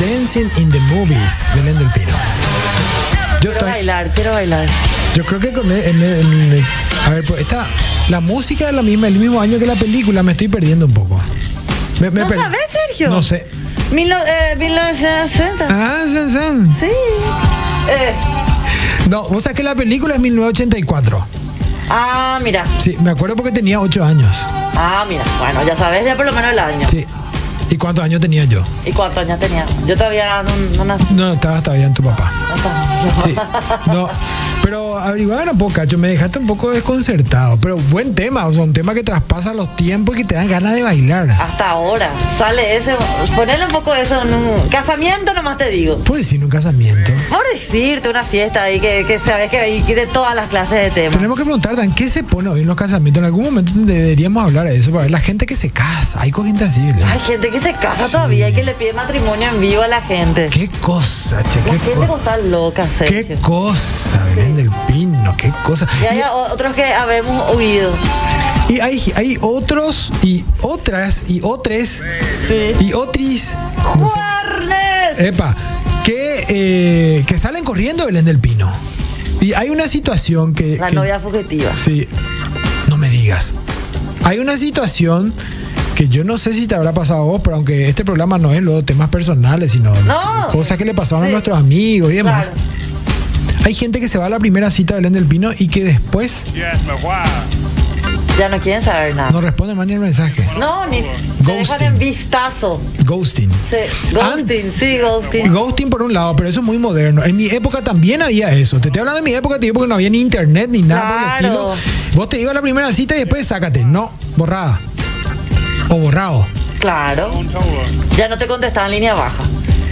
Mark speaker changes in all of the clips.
Speaker 1: Dancing in the Movies, Belén del Pino. Yo,
Speaker 2: Quiero
Speaker 1: estoy-
Speaker 2: bailar, quiero bailar.
Speaker 1: yo creo que con... e- en- en- a ver, pues está... La música es la misma, el mismo año que la película. Me estoy perdiendo un poco. Me- me
Speaker 2: ¿No
Speaker 1: per-
Speaker 2: sabes, Sergio?
Speaker 1: No sé.
Speaker 2: Mil, no- eh, 1960.
Speaker 1: Ah, san, san.
Speaker 2: Sí. Eh,
Speaker 1: No, o sea que la película es 1984.
Speaker 2: ah, mira.
Speaker 1: Sí, me acuerdo porque tenía 8 años.
Speaker 2: Ah, mira. Bueno, ya sabes, ya por lo menos el año.
Speaker 1: Sí. ¿Y cuántos años tenía yo?
Speaker 2: ¿Y cuántos años tenía? Yo todavía no, no nací.
Speaker 1: No, estabas todavía en tu papá.
Speaker 2: No estaba-
Speaker 1: Sí. No. Pero averiguaban un poco, cacho. Me dejaste un poco desconcertado. Pero buen tema. O sea, un tema que traspasa los tiempos y que te dan ganas de bailar.
Speaker 2: Hasta ahora. Sale ese. Ponerle un poco de eso en un casamiento, nomás te digo.
Speaker 1: Puedes decir un casamiento.
Speaker 2: Por decirte una fiesta ahí que, que sabes que hay de todas las clases de temas.
Speaker 1: Tenemos que preguntar, Dan, ¿qué se pone hoy en los casamientos? En algún momento deberíamos hablar de eso para ver la gente que se casa. Hay gente así, ¿verdad?
Speaker 2: Hay gente que se casa todavía y que le pide matrimonio en vivo a la gente.
Speaker 1: Qué cosa, che. Qué,
Speaker 2: La gente
Speaker 1: co-
Speaker 2: está loca,
Speaker 1: qué
Speaker 2: Sergio.
Speaker 1: cosa, Belén del Pino. Qué cosa.
Speaker 2: Y hay o- otros que habemos huido.
Speaker 1: Y hay, hay otros y otras y otres
Speaker 2: Sí.
Speaker 1: y otris. no sé.
Speaker 2: ¡Cuernes!
Speaker 1: Epa, que, eh, que salen corriendo Belén del Pino. Y hay una situación que.
Speaker 2: La
Speaker 1: que-
Speaker 2: novia fugitiva.
Speaker 1: Sí, no me digas. Hay una situación que yo no sé si te habrá pasado a vos, pero aunque este programa no es los temas personales, sino
Speaker 2: No.
Speaker 1: cosas que le pasaron a
Speaker 2: Sí.
Speaker 1: nuestros amigos y demás.
Speaker 2: Claro.
Speaker 1: Hay gente que se va a la primera cita de Belén del Pino y que después
Speaker 3: Yes, my wife.
Speaker 2: Ya no quieren saber nada.
Speaker 1: no responde más ni el mensaje.
Speaker 2: No, ni te dejan
Speaker 1: Ghosting.
Speaker 2: en vistazo.
Speaker 1: Ghosting.
Speaker 2: Sí, ghosting, sí, ghosting.
Speaker 1: Ghosting por un lado, pero eso es muy moderno. En mi época también había eso. Te estoy hablando de mi época, te digo porque no había ni internet ni nada
Speaker 2: Claro.
Speaker 1: por el estilo. Vos te ibas a la primera cita y después sácate. No, borrada. O borrado.
Speaker 2: Claro.
Speaker 3: Don't tell her.
Speaker 2: Ya no te contestaban línea baja.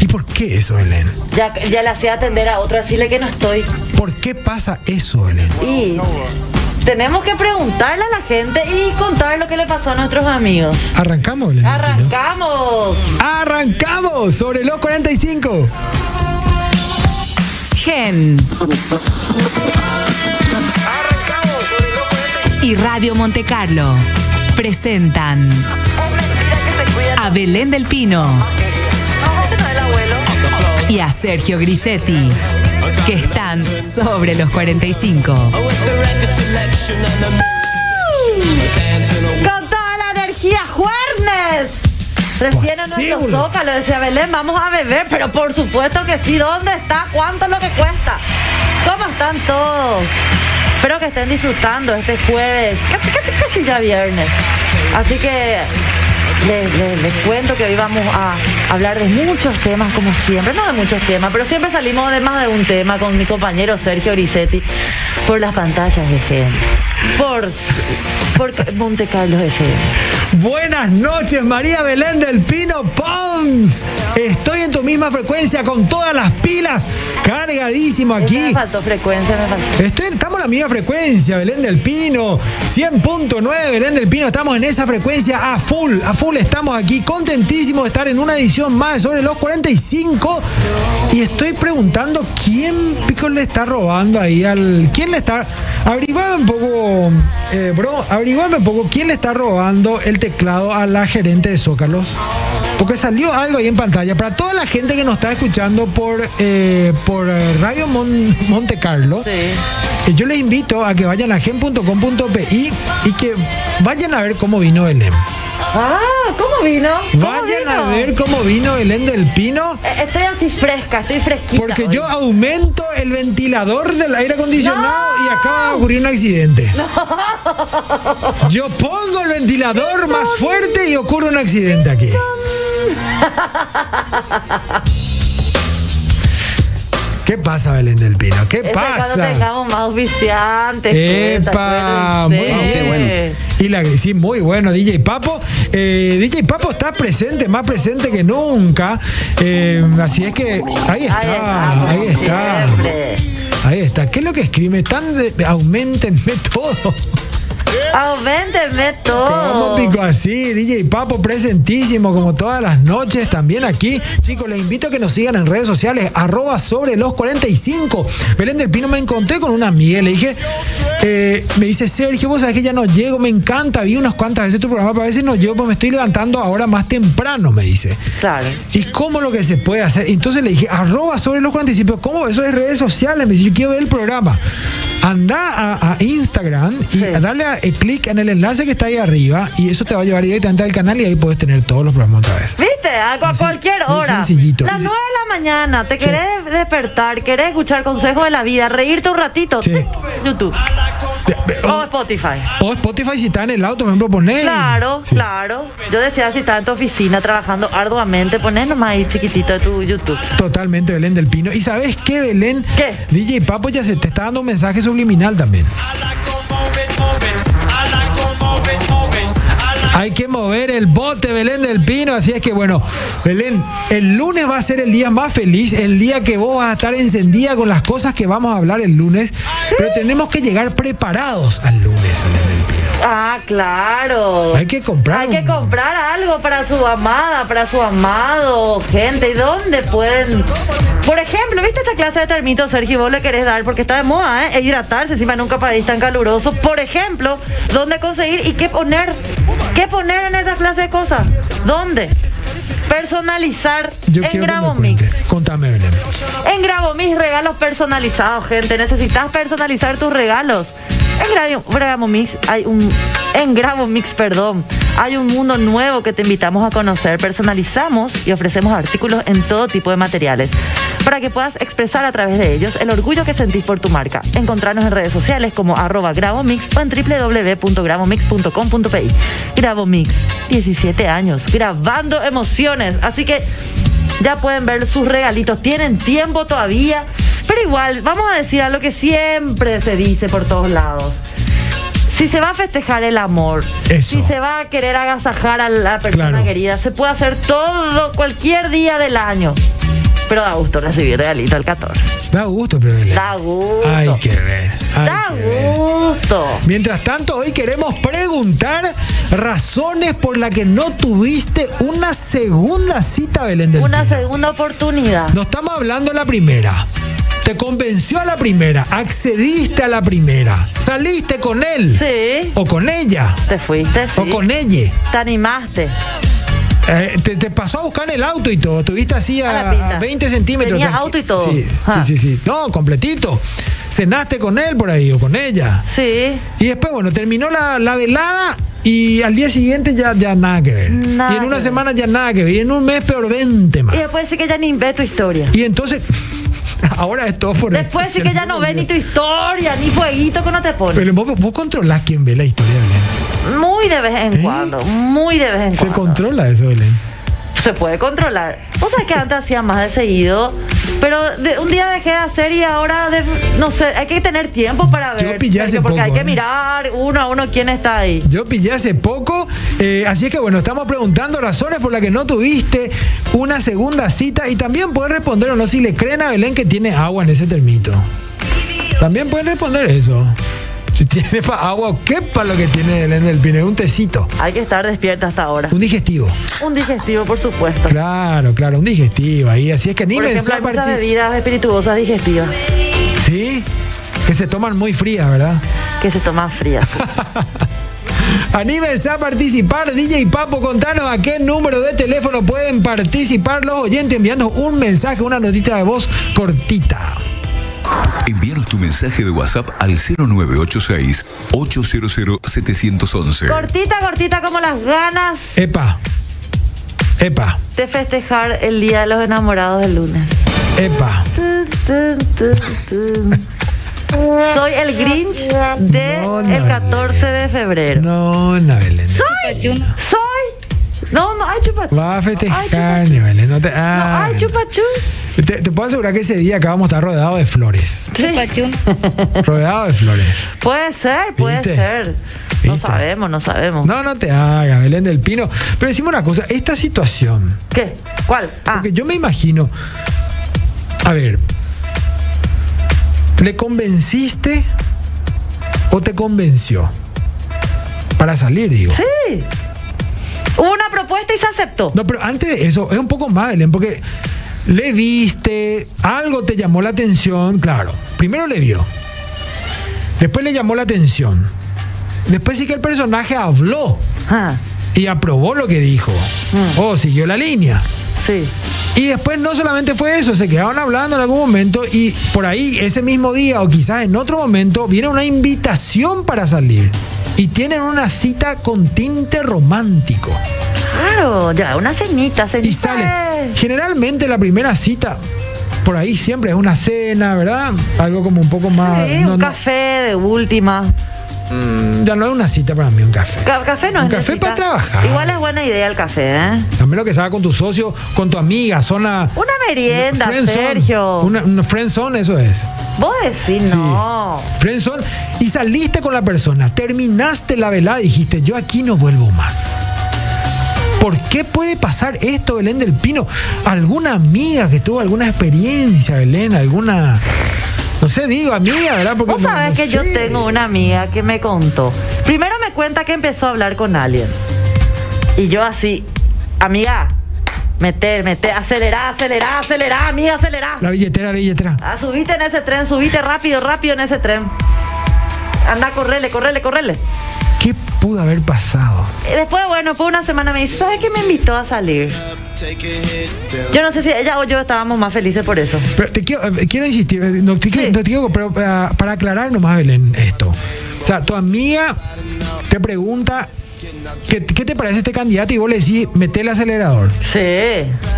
Speaker 1: ¿Y por qué eso, Belén?
Speaker 2: Ya, ya le hacía atender a otro, decirle que no estoy.
Speaker 1: ¿Por qué pasa eso, Belén?
Speaker 2: Y
Speaker 3: Don't tell her.
Speaker 2: tenemos que preguntarle a la gente y contar lo que le pasó a nuestros amigos.
Speaker 1: Arrancamos, Belén. ¿no?
Speaker 2: ¡Arrancamos!
Speaker 1: Arrancamos sobre los 45.
Speaker 4: Gen. Y Radio Monte Carlo presentan a Belén del Pino y a Sergio Grisetti, que están sobre los 45.
Speaker 2: Con toda la energía, Juernes.
Speaker 1: Pues
Speaker 2: Recién en nuestro
Speaker 1: Posible.
Speaker 2: zócalo decía Belén, vamos a beber, pero por supuesto que sí. ¿Dónde está? ¿Cuánto es lo que cuesta? ¿Cómo están todos? Espero que estén disfrutando este jueves, casi, casi, casi ya viernes. Así que les, les- les cuento que hoy vamos a hablar de muchos temas, como siempre. No de muchos temas, pero siempre salimos de más de un tema con mi compañero Sergio Grisetti por las pantallas de GM. Por, por Monte Carlos FM.
Speaker 1: Buenas noches, María Belén del Pino Pons. Estoy en tu misma frecuencia con todas las pilas cargadísimo
Speaker 2: Esa
Speaker 1: aquí.
Speaker 2: Me faltó frecuencia, me faltó.
Speaker 1: Estoy- estamos en la misma frecuencia, Belén del Pino, 100.9 Belén del Pino, estamos en esa frecuencia a full, a full estamos aquí, contentísimos de estar en una edición más sobre los 45 y estoy preguntando quién pico le está robando ahí al... ¿Quién le está... Averiguame un poco, eh, bro, averiguame un poco quién le está robando el teclado a la gerente de Zócalos. Porque salió algo ahí en pantalla. Para toda la gente que nos está escuchando por, eh, por eh, Radio Mon- Monte Carlo,
Speaker 2: Sí.
Speaker 1: eh, Yo les invito a que vayan a gen.com.pi y que vayan a ver cómo vino Belén.
Speaker 2: Ah, ¿cómo vino? ¿Cómo
Speaker 1: Vayan a
Speaker 2: vino?
Speaker 1: ver cómo vino Belén del Pino,
Speaker 2: Eh, Estoy así fresca, estoy fresquita.
Speaker 1: porque
Speaker 2: hoy.
Speaker 1: yo aumento el ventilador del aire acondicionado y acaba de ocurrir un accidente. Yo pongo el ventilador más fuerte y ocurre un accidente aquí. ¿Qué pasa, Belén del Pino? ¿Qué
Speaker 2: Es que Cuando
Speaker 1: pasa?
Speaker 2: tengamos más oficiantes.
Speaker 1: ¡Epa! Muy bueno. Y la sí, muy bueno, DJ Papo. Eh, DJ Papo está presente, más presente que nunca. Eh, así es que ahí está,
Speaker 2: Ahí está,
Speaker 1: ahí está.
Speaker 2: siempre.
Speaker 1: Ahí está. ¿Qué es lo que escribe? Tan de- aumentenme todo.
Speaker 2: Aumenteme
Speaker 1: ¿Cómo
Speaker 2: todo.
Speaker 1: pico así? DJ Papo presentísimo como todas las noches también aquí. Chicos, les invito a que nos sigan en redes sociales, arroba sobre los 45. Belén del Pino me encontré con una amiga y le dije, eh, me dice Sergio, vos sabés que ya no llego, me encanta, vi unas cuantas veces tu programa, pero a veces no llego, pues me estoy levantando ahora más temprano, me dice.
Speaker 2: Claro.
Speaker 1: ¿Y cómo lo que se puede hacer? Entonces le dije, arroba sobre los 45. ¿Cómo? Eso es redes sociales. Me dice, yo quiero ver el programa. Anda a, a Instagram y
Speaker 2: Sí.
Speaker 1: dale a- eh, clic en el enlace que está ahí arriba y eso te va a llevar directamente al canal y ahí puedes tener todos los programas otra vez.
Speaker 2: ¿Viste? A, a
Speaker 1: Muy sen-
Speaker 2: cualquier
Speaker 1: muy
Speaker 2: hora. Las 9
Speaker 1: sencillito.
Speaker 2: de la mañana, te querés despertar, querés escuchar consejos de la vida, reírte un ratito.
Speaker 1: Sí. Oh.
Speaker 2: tic, YouTube o
Speaker 1: O,
Speaker 2: Spotify.
Speaker 1: o Spotify si está en el auto, por ejemplo, poner.
Speaker 2: Claro, claro. Yo decía si estás en tu oficina trabajando arduamente, ponés nomás ahí chiquitito de tu YouTube.
Speaker 1: Totalmente Belén del Pino. ¿Y sabes qué, Belén?
Speaker 2: ¿Qué?
Speaker 1: DJ Papo ya se te está dando un mensaje subliminal también. Hay que mover el bote, Belén del Pino. Así es que, bueno, Belén, el lunes va a ser el día más feliz, el día que vos vas a estar encendida con las cosas que vamos a hablar el lunes. Pero tenemos que llegar preparados al lunes, Belén del Pino.
Speaker 2: Ah, claro.
Speaker 1: Hay que comprar
Speaker 2: Hay que
Speaker 1: un-
Speaker 2: comprar algo para su amada, para su amado, gente. ¿Y dónde pueden? Por ejemplo, ¿viste esta clase de termitos, Sergio? Vos le querés dar porque está de moda, ¿eh? E hidratarse encima en un país tan caluroso. Por ejemplo, ¿dónde conseguir y qué poner? ¿Qué poner en esta clase de cosas? ¿Dónde? Personalizar en
Speaker 1: quiero que me
Speaker 2: Grabomix.
Speaker 1: cuentes. Contame, Belén.
Speaker 2: En Grabo mis regalos personalizados, gente. Necesitas personalizar tus regalos. En Grabo, Grabo Mix hay un en Grabo Mix, perdón, hay un mundo nuevo que te invitamos a conocer. Personalizamos y ofrecemos artículos en todo tipo de materiales para que puedas expresar a través de ellos el orgullo que sentís por tu marca. Encontrarnos en redes sociales como arroba grabomix o en www.grabomix.com.pi. Grabomix, 17 años, grabando emociones. Así que ya pueden ver sus regalitos. Tienen tiempo todavía. Pero igual, vamos a decir algo que siempre se dice por todos lados. Si se va a festejar el amor,
Speaker 1: Eso.
Speaker 2: si se va a querer agasajar a la persona
Speaker 1: Claro.
Speaker 2: querida, se puede hacer todo, cualquier día del año. Pero da gusto recibir regalito el 14.
Speaker 1: Da gusto, pero Belén.
Speaker 2: Da gusto.
Speaker 1: Hay que ver. hay
Speaker 2: da
Speaker 1: que ver.
Speaker 2: gusto.
Speaker 1: Mientras tanto, hoy queremos preguntar razones por las que no tuviste una segunda cita, Belén del
Speaker 2: Una
Speaker 1: Pino.
Speaker 2: segunda oportunidad.
Speaker 1: No estamos hablando de la primera. Te convenció a la primera, accediste a la primera, saliste con él
Speaker 2: Sí.
Speaker 1: o con ella
Speaker 2: Te fuiste, sí.
Speaker 1: o con ella.
Speaker 2: Te animaste.
Speaker 1: Eh, te, te pasó a buscar en el auto y todo. Estuviste así
Speaker 2: A
Speaker 1: a,
Speaker 2: la pinta.
Speaker 1: a 20 centímetros.
Speaker 2: Tenía
Speaker 1: Tranqui-
Speaker 2: auto y todo.
Speaker 1: Sí,
Speaker 2: Ah.
Speaker 1: sí, sí, sí. No, completito. Cenaste con él por ahí o con ella.
Speaker 2: Sí.
Speaker 1: Y después, bueno, terminó la, la velada y al día siguiente ya, ya nada que ver.
Speaker 2: Nada
Speaker 1: y en
Speaker 2: que
Speaker 1: una
Speaker 2: ver. Eh.
Speaker 1: semana ya nada que ver. Y en un mes peor 20 más.
Speaker 2: Y después sí que ya ni ve tu historia.
Speaker 1: Y entonces, ahora es todo por
Speaker 2: Después sí que ya no ve ni tu historia, ni fueguito que no te pone.
Speaker 1: Pero vos, vos controlás quién ve la historia, Belén.
Speaker 2: Muy de vez en
Speaker 1: ¿Eh?
Speaker 2: cuando, muy de vez en
Speaker 1: Se
Speaker 2: cuando.
Speaker 1: controla eso, Belén.
Speaker 2: Se puede controlar. Vos sabés que antes hacía más de seguido, pero de- un día dejé de hacer y ahora, de- no sé, hay que tener tiempo para
Speaker 1: Yo
Speaker 2: ver.
Speaker 1: pillé hace
Speaker 2: Sergio, porque hay
Speaker 1: poco,
Speaker 2: que
Speaker 1: ¿eh?
Speaker 2: mirar uno a uno quién está ahí.
Speaker 1: Yo pillé hace poco, eh, así es que bueno, estamos preguntando razones por las que no tuviste una segunda cita y también pueden responder o no si le creen a Belén que tiene agua en ese termito. También pueden responder eso. Si tiene pa- agua, ¿qué para lo que tiene Belén del Pino? Es Un tecito,
Speaker 2: Hay que estar despierta hasta ahora.
Speaker 1: un digestivo.
Speaker 2: Un digestivo, por supuesto.
Speaker 1: Claro, claro, un digestivo ahí. Así es que
Speaker 2: Por
Speaker 1: anímense
Speaker 2: ejemplo, hay
Speaker 1: a
Speaker 2: muchas
Speaker 1: partir.
Speaker 2: bebidas espirituosas digestivas
Speaker 1: Sí, que se toman muy frías, ¿verdad?
Speaker 2: que se toman frías.
Speaker 1: Anímense a participar, DJ Papo, contanos a qué número de teléfono pueden participar los oyentes enviando un mensaje, una notita de voz cortita.
Speaker 3: Envíanos tu mensaje de WhatsApp al 0986 800 711.
Speaker 2: Cortita, cortita como las ganas
Speaker 1: Epa, epa,
Speaker 2: de festejar el Día de los Enamorados del lunes.
Speaker 1: epa.
Speaker 2: Tun, tun, tun, tun. Soy el Grinch de
Speaker 1: No, no,
Speaker 2: el 14 de febrero.
Speaker 1: No, no, Belén.
Speaker 2: Soy, soy. No, no, ay, chupa.
Speaker 1: Va a
Speaker 2: Ay, chupa-
Speaker 1: festejar, ni Belén. No te, ah,
Speaker 2: Ay, chupachú.
Speaker 1: te, te puedo asegurar que ese día acá vamos a estar rodeados de flores. rodeados de flores.
Speaker 2: Puede ser, puede
Speaker 1: ¿Viste?
Speaker 2: ser. No
Speaker 1: ¿Viste?
Speaker 2: sabemos, no sabemos.
Speaker 1: No, no te hagas, Belén del Pino. Pero decimos una cosa, esta situación
Speaker 2: ¿Qué? ¿Cuál? Ah,
Speaker 1: Porque yo me imagino. A ver. ¿Le convenciste o te convenció? Para salir, digo.
Speaker 2: Sí. Hubo una propuesta y se aceptó.
Speaker 1: No, pero antes de eso, es un poco más, Belén, porque le viste, algo te llamó la atención, claro. Primero le vio. Después le llamó la atención. Después sí que el personaje habló
Speaker 2: Ah,
Speaker 1: y aprobó lo que dijo. O siguió la línea.
Speaker 2: sí.
Speaker 1: Y después no solamente fue eso, se quedaron hablando en algún momento y por ahí ese mismo día o quizás en otro momento viene una invitación para salir. Y tienen una cita con tinte romántico.
Speaker 2: Claro, ya, una cenita, cenita.
Speaker 1: Y sale.
Speaker 2: es-
Speaker 1: Generalmente la primera cita, por ahí siempre es una cena, ¿verdad? Algo como un poco más...
Speaker 2: Sí,
Speaker 1: Ah, no,
Speaker 2: un
Speaker 1: no,
Speaker 2: café de última.
Speaker 1: ya no es una cita para mí, un café.
Speaker 2: Ca- café no
Speaker 1: Un
Speaker 2: es
Speaker 1: café
Speaker 2: necesita.
Speaker 1: para trabajar.
Speaker 2: Igual es buena idea el café, ¿eh?
Speaker 1: También lo que se haga con tu socio, con tu amiga, zona...
Speaker 2: Una merienda,
Speaker 1: friendzone.
Speaker 2: Sergio.
Speaker 1: Una, una friendzone, eso es.
Speaker 2: Vos decís
Speaker 1: Sí.
Speaker 2: no.
Speaker 1: Friendzone. Y saliste con la persona, terminaste la velada, dijiste, yo aquí no vuelvo más. ¿Por qué puede pasar esto, Belén del Pino? ¿Alguna amiga que tuvo alguna experiencia, Belén? ¿Alguna.? No sé, digo, amiga, ¿verdad? Porque
Speaker 2: Vos
Speaker 1: no-
Speaker 2: sabés
Speaker 1: no
Speaker 2: que yo
Speaker 1: sé.
Speaker 2: tengo una amiga que me contó. Primero me cuenta que empezó a hablar con alguien. Y yo así, amiga, meter, meter, acelerá, acelerá, acelerá, amiga, acelerá.
Speaker 1: La billetera, la billetera.
Speaker 2: Ah, subite en ese tren, subite rápido, rápido en ese tren. Anda, correle, correle, correle.
Speaker 1: ¿Qué pudo haber pasado?
Speaker 2: Y después, bueno, fue una semana me dice, ¿sabes qué me invitó a salir? Yo no sé si ella o yo estábamos más felices por eso.
Speaker 1: Pero te quiero, eh, quiero insistir, eh, no te, quiero-
Speaker 2: Sí.
Speaker 1: no te quiero- pero para, para aclarar nomás, Belén, esto. O sea, tu amiga te pregunta, ¿qué, qué te parece este candidato? Y vos le decís, mete el acelerador.
Speaker 2: Sí.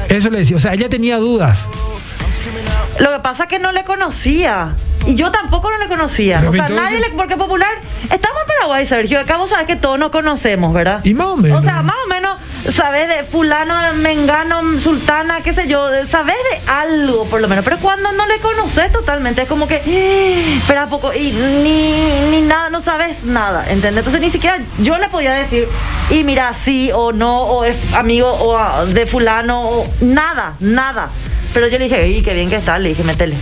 Speaker 1: Eso le decía, o sea, ella tenía dudas.
Speaker 2: Lo que pasa es que no le conocía. Y yo tampoco no le conocía.
Speaker 1: Pero
Speaker 2: o sea,
Speaker 1: entonces-
Speaker 2: nadie le. Porque popular. Estamos en Paraguay, Sergio. Acá vos sabés que todos nos conocemos, ¿verdad?
Speaker 1: Y más o menos.
Speaker 2: O sea, más o menos, sabes de fulano, mengano, sultana, qué sé yo. de- Sabes de algo, por lo menos. Pero cuando no le conoces totalmente, es como que. "Eh, Espera un poco. Y ni, ni nada, no sabes nada. ¿Entendés? Entonces ni siquiera yo le podía decir. Y mira, sí o no, o es amigo o ah, de fulano, o nada, nada. Pero yo le dije, y qué bien que está, le dije, métele.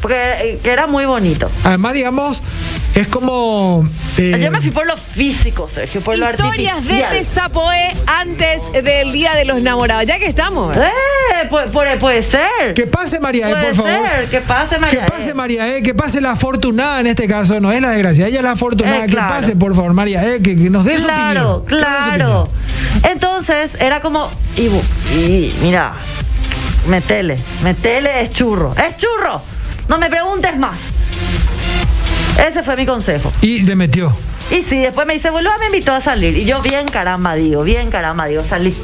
Speaker 2: Porque eh, que era muy bonito.
Speaker 1: Además, digamos, es como. eh,
Speaker 2: Yo me fui por lo físico, Sergio, por lo
Speaker 5: Historias de
Speaker 2: artificial.
Speaker 5: este Zapoé antes del Día de los Enamorados. Ya que estamos. ¿verdad?
Speaker 2: Eh, puede, puede, puede ser.
Speaker 1: Que pase María E,
Speaker 2: puede
Speaker 1: por favor.
Speaker 2: ser, que pase
Speaker 1: Que
Speaker 2: María. E.
Speaker 1: pase María E, que pase la afortunada en este caso, no es la desgracia, ella es la afortunada.
Speaker 2: Eh,
Speaker 1: Que
Speaker 2: claro.
Speaker 1: pase, por favor, María E, que, que nos dé su
Speaker 2: Claro,
Speaker 1: opinión. Que nos dé su
Speaker 2: claro.
Speaker 1: opinión.
Speaker 2: Entonces era como, y, bu- y mira, metele, metele, es churro, es churro. No me preguntes más. Ese fue mi consejo.
Speaker 1: Y le metió.
Speaker 2: Y sí, después me dice, boludo, me invitó a salir. Y yo, bien caramba, digo, bien caramba, digo, salí.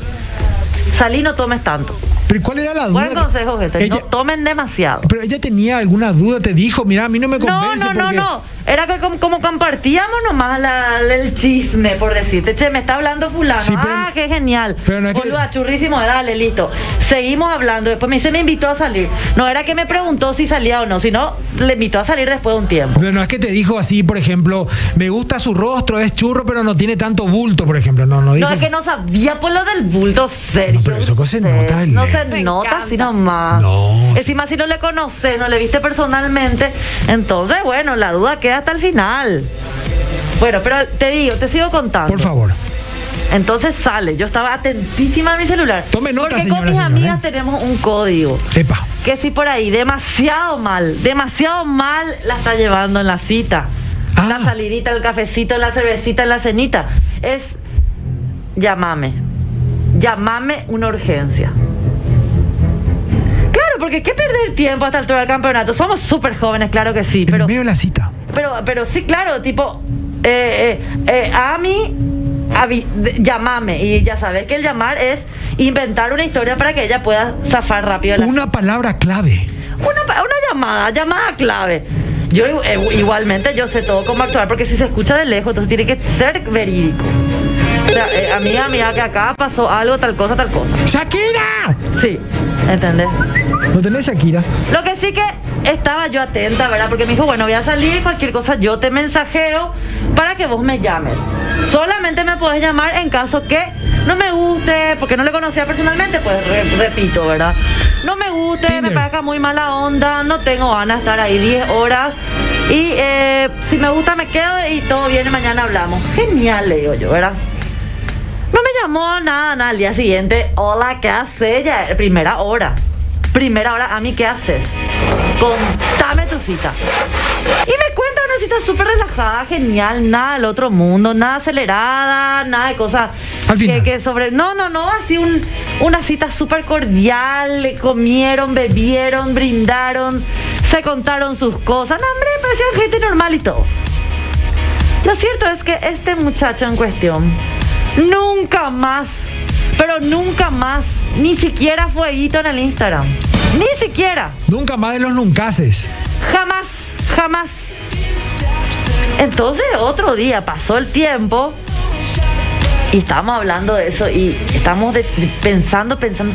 Speaker 2: Salí, no tomes tanto.
Speaker 1: Pero ¿cuál era la duda?
Speaker 2: Buen consejo, gente,
Speaker 1: Ella-
Speaker 2: no tomen demasiado.
Speaker 1: Pero ella tenía alguna duda, te dijo, mira, a mí no me
Speaker 2: No,
Speaker 1: convence.
Speaker 2: no, no,
Speaker 1: porque-
Speaker 2: no. Era que como, como compartíamos nomás la- la- el chisme, por decirte. Che, me está hablando fulano.
Speaker 1: Sí, pero-
Speaker 2: ah, qué genial.
Speaker 1: pero no es que-
Speaker 2: Boluda, churrísimo, dale, listo. Seguimos hablando. Después me dice, me invitó a salir. No era que me preguntó si salía o no, sino le invitó a salir después de un tiempo.
Speaker 1: Pero no es que te dijo así, por ejemplo, me gusta su rostro, es churro, pero no tiene tanto bulto, por ejemplo. No, no, dijo
Speaker 2: No, es que no sabía por lo del bulto, Sergio.
Speaker 1: pero eso que se
Speaker 2: No sé,
Speaker 1: nota, Belén.
Speaker 2: No se
Speaker 5: Me
Speaker 2: nota
Speaker 5: encanta.
Speaker 2: así nomás.
Speaker 1: No,
Speaker 2: Encima, si no le conoces, no le viste personalmente, entonces, bueno, la duda queda hasta el final. Bueno, pero te digo, te sigo contando.
Speaker 1: Por favor.
Speaker 2: Entonces sale. Yo estaba atentísima a mi celular.
Speaker 1: Tome nota,
Speaker 2: Porque
Speaker 1: señora,
Speaker 2: con mis
Speaker 1: señora,
Speaker 2: amigas
Speaker 1: ¿eh?
Speaker 2: tenemos un código.
Speaker 1: Epa.
Speaker 2: Que si por ahí, demasiado mal, demasiado mal la está llevando en la cita.
Speaker 1: Ah.
Speaker 2: La salidita, el cafecito, la cervecita, la cenita. Es llámame. Llámame una urgencia. Claro, porque qué perder tiempo a esta altura del campeonato. Somos súper jóvenes, claro que sí,
Speaker 1: En
Speaker 2: pero
Speaker 1: medio de la cita.
Speaker 2: pero, pero sí, claro, tipo, eh, eh, eh, a mí, avi- de- llamame. Y ya sabes que el llamar es inventar una historia para que ella pueda zafar rápido. de la-
Speaker 1: Una palabra clave.
Speaker 2: una, pa- una llamada, llamada clave. Yo eh, igualmente, yo sé todo cómo actuar, porque si se escucha de lejos, entonces tiene que ser verídico. O sea, eh, amiga, mira que acá pasó algo, tal cosa, tal cosa.
Speaker 1: ¡Shakira!
Speaker 2: Sí, ¿entendés?
Speaker 1: ¿No tenés Shakira?
Speaker 2: Lo que sí que estaba yo atenta, ¿verdad? Porque me dijo, bueno, voy a salir, cualquier cosa yo te mensajeo para que vos me llames. Solamente me podés llamar en caso que no me guste, porque no le conocía personalmente, pues re- repito, ¿verdad? No me guste,
Speaker 1: Tinder.
Speaker 2: me parezca muy mala onda, no tengo ganas de estar ahí 10 horas. Y eh, si me gusta me quedo y todo viene, mañana hablamos. Genial, le digo yo, ¿verdad? No me llamó nada, nada. Al día siguiente, hola, ¿qué haces? Ya, eh, primera hora. Primera hora, a mí, ¿qué haces? Contame tu cita. Y me cuenta una cita súper relajada, genial, nada del otro mundo, nada acelerada, nada de cosas
Speaker 1: Al final.
Speaker 2: que, que sobre... No, no, no, así un, una cita súper cordial, comieron, bebieron, brindaron, se contaron sus cosas, no, hombre, parecían gente normal y todo. Lo cierto es que este muchacho en cuestión nunca más, pero nunca más, ni siquiera fueguito en el Instagram. Ni siquiera.
Speaker 1: Nunca más de los nuncases.
Speaker 2: Jamás, jamás. Entonces otro día pasó el tiempo y estábamos hablando de eso y estábamos de- de- pensando, pensando,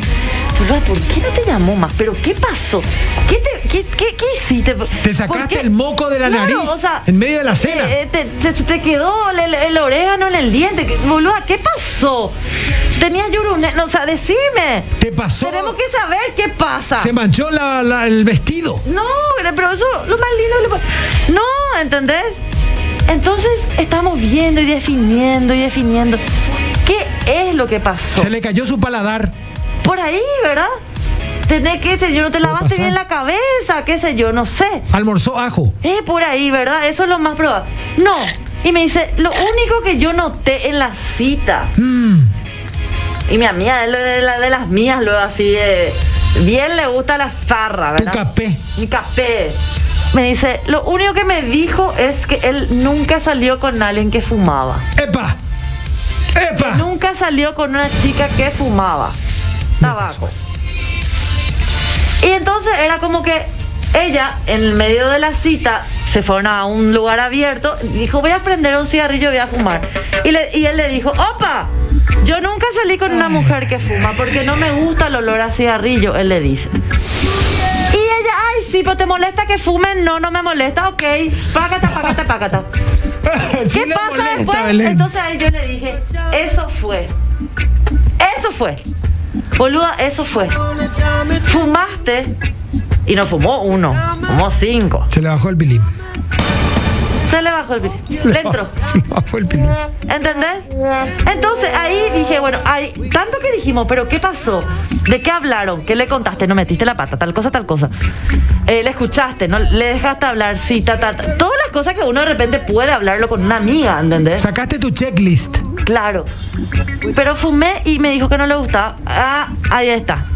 Speaker 2: "Fulano, ¿por qué no te llamó más? ¿Pero qué pasó? ¿Qué, te, qué, qué- qué hiciste?
Speaker 1: Te sacaste el moco de la
Speaker 2: Claro,
Speaker 1: nariz
Speaker 2: o sea,
Speaker 1: en medio de la cena.
Speaker 2: eh, te, te- se te quedó el, el- el orégano en el diente. ¿Qué- Boluda, ¿qué pasó? Tenías yurune, no, o sea, decime.
Speaker 1: ¿Te pasó?
Speaker 2: Tenemos que saber qué pasa.
Speaker 1: Se manchó la- la- el vestido.
Speaker 2: No, pero eso lo más lindo que le puede- No, ¿entendés? Entonces estamos viendo y definiendo y definiendo qué es lo que pasó.
Speaker 1: Se le cayó su paladar.
Speaker 2: Por ahí, ¿verdad? Tenés que, sé yo, no te lavaste
Speaker 1: pasar.
Speaker 2: bien la cabeza, qué sé yo, no sé.
Speaker 1: Almorzó ajo.
Speaker 2: Eh, por ahí, ¿verdad? Eso es lo más probable. No. Y me dice, lo único que yo noté en la cita. Y mi amiga, es lo de, la- de las mías, luego así, eh, bien le gusta la farra,
Speaker 1: Tu
Speaker 2: ¿verdad?
Speaker 1: capé.
Speaker 2: Mi café. Me dice, lo único que me dijo es que él nunca salió con alguien que fumaba.
Speaker 1: ¡Epa! ¡Epa!
Speaker 2: Nunca salió con una chica que fumaba tabaco. Y entonces era como que ella, en el medio de la cita, se fueron a un lugar abierto, dijo, voy a prender un cigarrillo y voy a fumar. Y, le- y él le dijo, opa, yo nunca salí con una mujer que fuma porque no me gusta el olor a cigarrillo, él le dice. Y ella, ay, sí, pero te molesta que fumen, no, no me molesta, ok, pácata, pácata, pácata.
Speaker 1: Sí
Speaker 2: ¿Qué
Speaker 1: le
Speaker 2: pasa
Speaker 1: molesta,
Speaker 2: después?
Speaker 1: Belén.
Speaker 2: Entonces ahí yo le dije, eso fue. Eso fue. Boluda, eso fue. Fumaste y no fumó uno, fumó cinco.
Speaker 1: Se le bajó el pilín.
Speaker 2: Se le bajó el video. Le entró.
Speaker 1: Se le bajó el pilín.
Speaker 2: ¿Entendés? Entonces ahí dije, bueno, ahí, tanto que dijimos, pero ¿qué pasó? ¿De qué hablaron? ¿Qué le contaste? No metiste la pata, tal cosa, tal cosa. Eh, le escuchaste, no le dejaste hablar, sí, ta, ta, ta. Todas las cosas que uno de repente puede hablarlo con una amiga, ¿entendés?
Speaker 1: Sacaste tu checklist.
Speaker 2: Claro. Pero fumé y me dijo que no le gustaba. Ah, ahí está.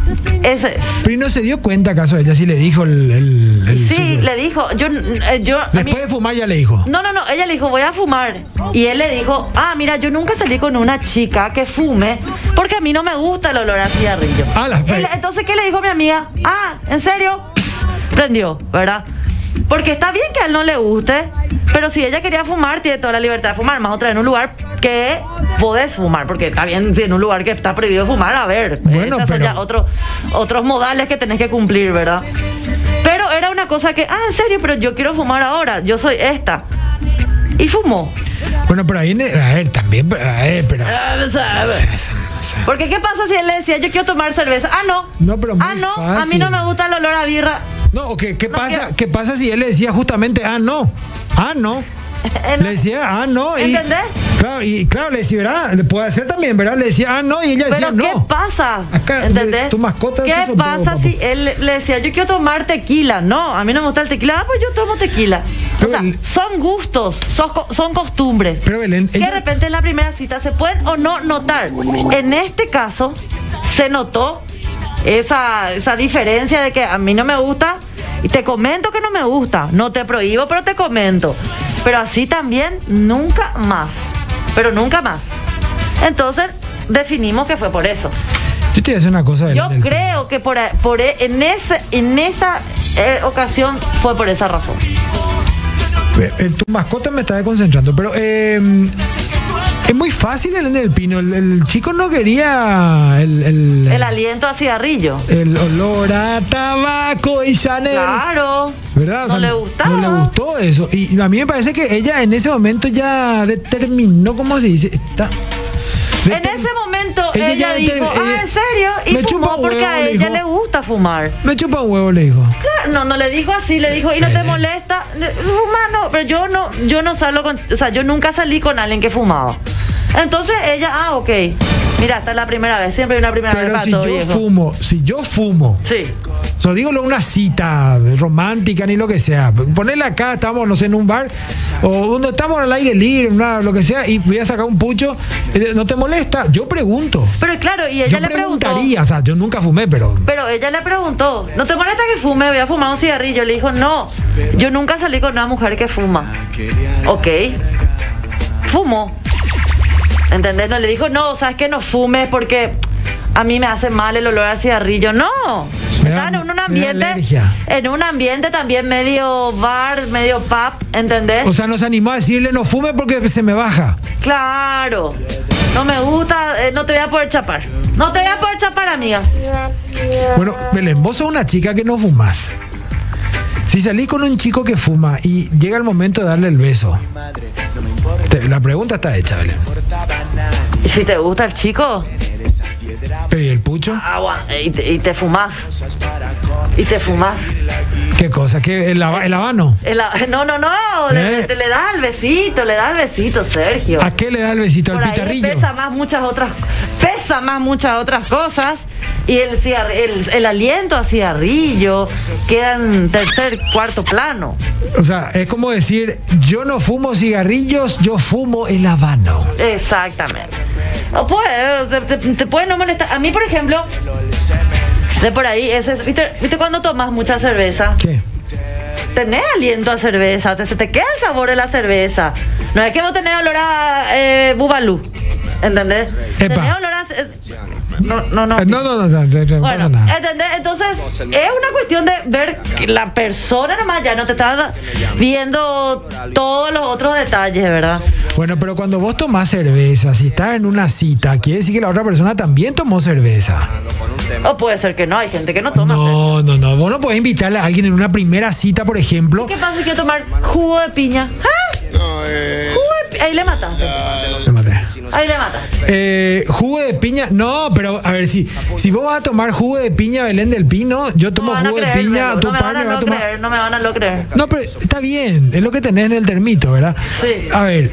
Speaker 2: Ese. es.
Speaker 1: Pero ¿y no se dio cuenta acaso ella sí le dijo el. el- el-
Speaker 2: Sí,
Speaker 1: su-
Speaker 2: le dijo, yo, eh, yo, a mí-
Speaker 1: Después de fumar ya le dijo.
Speaker 2: no, no, no, ella le dijo, voy a fumar. Y él le dijo, ah, mira, yo nunca salí con una chica que fume porque a mí no me gusta el olor a cigarrillo.
Speaker 1: A Ah, la fe.
Speaker 2: Él- Entonces, ¿qué le dijo mi amiga? Ah, ¿en serio? Ps, prendió, ¿verdad? Porque está bien que a él no le guste, pero si ella quería fumar, tiene toda la libertad de fumar. Más otra en un lugar que podés fumar, porque está bien si en un lugar que está prohibido fumar, a ver.
Speaker 1: Bueno,
Speaker 2: esas son
Speaker 1: pero-
Speaker 2: ya otro- otros modales que tenés que cumplir, ¿verdad? Pero era una cosa que, ah, en serio, pero yo quiero fumar ahora, yo soy esta. Y fumó.
Speaker 1: Bueno, pero ahí. ne- A ver, también. pero- A ver, pero.
Speaker 2: Porque ¿qué pasa si él le decía, yo quiero tomar cerveza? Ah, no.
Speaker 1: No, pero muy
Speaker 2: ah, no, a mí
Speaker 1: fácil.
Speaker 2: no me gusta el olor a birra.
Speaker 1: No, ¿o ¿qué, qué
Speaker 2: No
Speaker 1: pasa?
Speaker 2: quiero-
Speaker 1: ¿Qué pasa si él le decía justamente, ah, no? Ah, no.
Speaker 2: En-
Speaker 1: Le decía, ah, no. Y,
Speaker 2: ¿Entendés?
Speaker 1: Claro, y claro, le decía, ¿verdad? Le puede hacer también, ¿verdad? Le decía, ah, no. Y ella decía,
Speaker 2: Pero
Speaker 1: no.
Speaker 2: ¿qué pasa?
Speaker 1: Acá,
Speaker 2: ¿Entendés?
Speaker 1: tu mascota se
Speaker 2: ¿Qué
Speaker 1: fumó,
Speaker 2: pasa
Speaker 1: papá.
Speaker 2: si él le- le decía, yo quiero tomar tequila? No, a mí no me gusta el tequila. Ah, pues yo tomo tequila. O
Speaker 1: Pero
Speaker 2: sea,
Speaker 1: el-
Speaker 2: son gustos, son, co- son costumbres.
Speaker 1: Pero Belén,
Speaker 2: que
Speaker 1: ella-
Speaker 2: de repente en la primera cita se pueden o no notar. En este caso, se notó esa, esa diferencia de que a mí no me gusta y te comento que no me gusta. No te prohíbo, pero te comento. Pero así también, nunca más. Pero nunca más. Entonces, definimos que fue por eso.
Speaker 1: Yo te voy a decir una cosa. Belén,
Speaker 2: Yo
Speaker 1: del-
Speaker 2: creo que por, por e, en, ese, en esa eh, ocasión fue por esa razón.
Speaker 1: Eh, tu mascota me está desconcentrando, pero eh, es muy fácil el del pino. El, el chico no quería el, el,
Speaker 2: El aliento a cigarrillo.
Speaker 1: el olor a tabaco y Chanel.
Speaker 2: Claro.
Speaker 1: ¿Verdad? O
Speaker 2: No
Speaker 1: sea,
Speaker 2: le gustaba.
Speaker 1: No le gustó eso. Y a mí me parece que ella en ese momento ya determinó, ¿cómo se dice? Está, De-
Speaker 2: En ese momento
Speaker 1: Ella
Speaker 2: ella,
Speaker 1: ya
Speaker 2: dijo,
Speaker 1: determin-
Speaker 2: ah,
Speaker 1: ella-
Speaker 2: ¿en serio? Y
Speaker 1: Me chupa
Speaker 2: fumó
Speaker 1: un
Speaker 2: porque
Speaker 1: huevo,
Speaker 2: a
Speaker 1: le
Speaker 2: ella
Speaker 1: dijo.
Speaker 2: le gusta fumar.
Speaker 1: Me chupa un huevo, le dijo.
Speaker 2: Claro, No, no le dijo así, le dijo, ¿y no te molesta? Le- Fumar no, pero yo no, yo no salgo con, o sea, yo nunca salí con alguien que fumaba. Entonces ella, ah, ok. Mira, esta es la primera vez, siempre hay una primera vez
Speaker 1: Pero
Speaker 2: para
Speaker 1: si
Speaker 2: todo
Speaker 1: yo
Speaker 2: viejo.
Speaker 1: fumo, si yo fumo,
Speaker 2: Sí.
Speaker 1: no digo lo- una cita romántica ni lo que sea. Ponerla acá, estamos, no sé, en un bar, o donde estamos al aire libre, una- lo que sea, y voy a sacar un pucho, eh, ¿no te molesta? Yo pregunto.
Speaker 2: Pero claro, y
Speaker 1: Yo
Speaker 2: ella le preguntó.
Speaker 1: preguntaría, o sea, yo nunca fumé, pero
Speaker 2: Pero ella le preguntó, ¿no te molesta que fume? Voy a fumar un cigarrillo. Le dijo, no, yo nunca salí con una mujer que fuma. Ok. Fumo. ¿Entendés? No le dijo, no, sabes que no fumes porque a mí me hace mal el olor al cigarrillo. No.
Speaker 1: Me da-
Speaker 2: Estaban en un
Speaker 1: me da
Speaker 2: ambiente,
Speaker 1: alergia.
Speaker 2: en un ambiente también medio bar, medio pub, ¿entendés?
Speaker 1: O sea, nos animó a decirle no fume porque se me baja.
Speaker 2: Claro. No me gusta, eh, no te voy a poder chapar. No te voy a poder chapar, amiga.
Speaker 1: Bueno, Belén, vos sos una chica que no fumas. Si salís con un chico que fuma y llega el momento de darle el beso. te- la pregunta está hecha, Belén.
Speaker 2: ¿Y si te gusta el chico?
Speaker 1: Pero ¿y el pucho?
Speaker 2: agua eh, y te, y te fumas. Y te fumas.
Speaker 1: ¿Qué cosa? ¿Qué, el, haba- el habano?
Speaker 2: El a- no, no, no. Le,
Speaker 1: ¿Eh?
Speaker 2: le- le das el besito, le das el besito, Sergio.
Speaker 1: ¿A qué le da el besito? ¿Al
Speaker 2: Por ahí
Speaker 1: pitarrillo?
Speaker 2: pesa más muchas otras pesa más muchas otras cosas. Y el, cigar- el, el aliento a cigarrillo queda en tercer, cuarto plano.
Speaker 1: O sea, es como decir, yo no fumo cigarrillos, yo fumo el habano.
Speaker 2: Exactamente. O puede, te, te- te puede no molestar. A mí, por ejemplo, de por ahí, ese, es- ¿viste, ¿viste cuando tomas mucha cerveza?
Speaker 1: ¿Qué?
Speaker 2: tenés aliento a cerveza, o sea, se te queda el sabor de la cerveza. No es que vos tenés olor a eh, bubalú, ¿entendés?
Speaker 1: Epa.
Speaker 2: Tenés olor a... es- No, no, no.
Speaker 1: Eh, No, no, no, no, no, no pasa
Speaker 2: Bueno,
Speaker 1: nada.
Speaker 2: ¿entendés? Entonces, es una cuestión de ver que la persona nomás, ya no te está viendo todos los otros detalles, ¿verdad?
Speaker 1: Bueno, pero cuando vos tomás cerveza, si estás en una cita, quiere decir que la otra persona también tomó cerveza.
Speaker 2: O puede ser que no, hay gente que no toma.
Speaker 1: No, no, no. Vos no podés invitarle a alguien en una primera cita, por ejemplo.
Speaker 2: ¿Qué pasa si quiero tomar jugo de piña? ¿Ah? Jugo de pi- Ahí le mataste.
Speaker 1: Se maté.
Speaker 2: Ahí le mataste.
Speaker 1: Eh, jugo de piña. No, pero a ver, si, si vos vas a tomar jugo de piña Belén del Pino, yo
Speaker 2: No me
Speaker 1: tomo
Speaker 2: van a
Speaker 1: jugo de
Speaker 2: creer,
Speaker 1: piña,
Speaker 2: Belu,
Speaker 1: tu
Speaker 2: no me van
Speaker 1: partner
Speaker 2: a
Speaker 1: va a
Speaker 2: no
Speaker 1: tomar.
Speaker 2: creer, no me van a no creer.
Speaker 1: No, pero está bien, es lo que tenés en el termito, ¿verdad?
Speaker 2: Sí.
Speaker 1: A ver,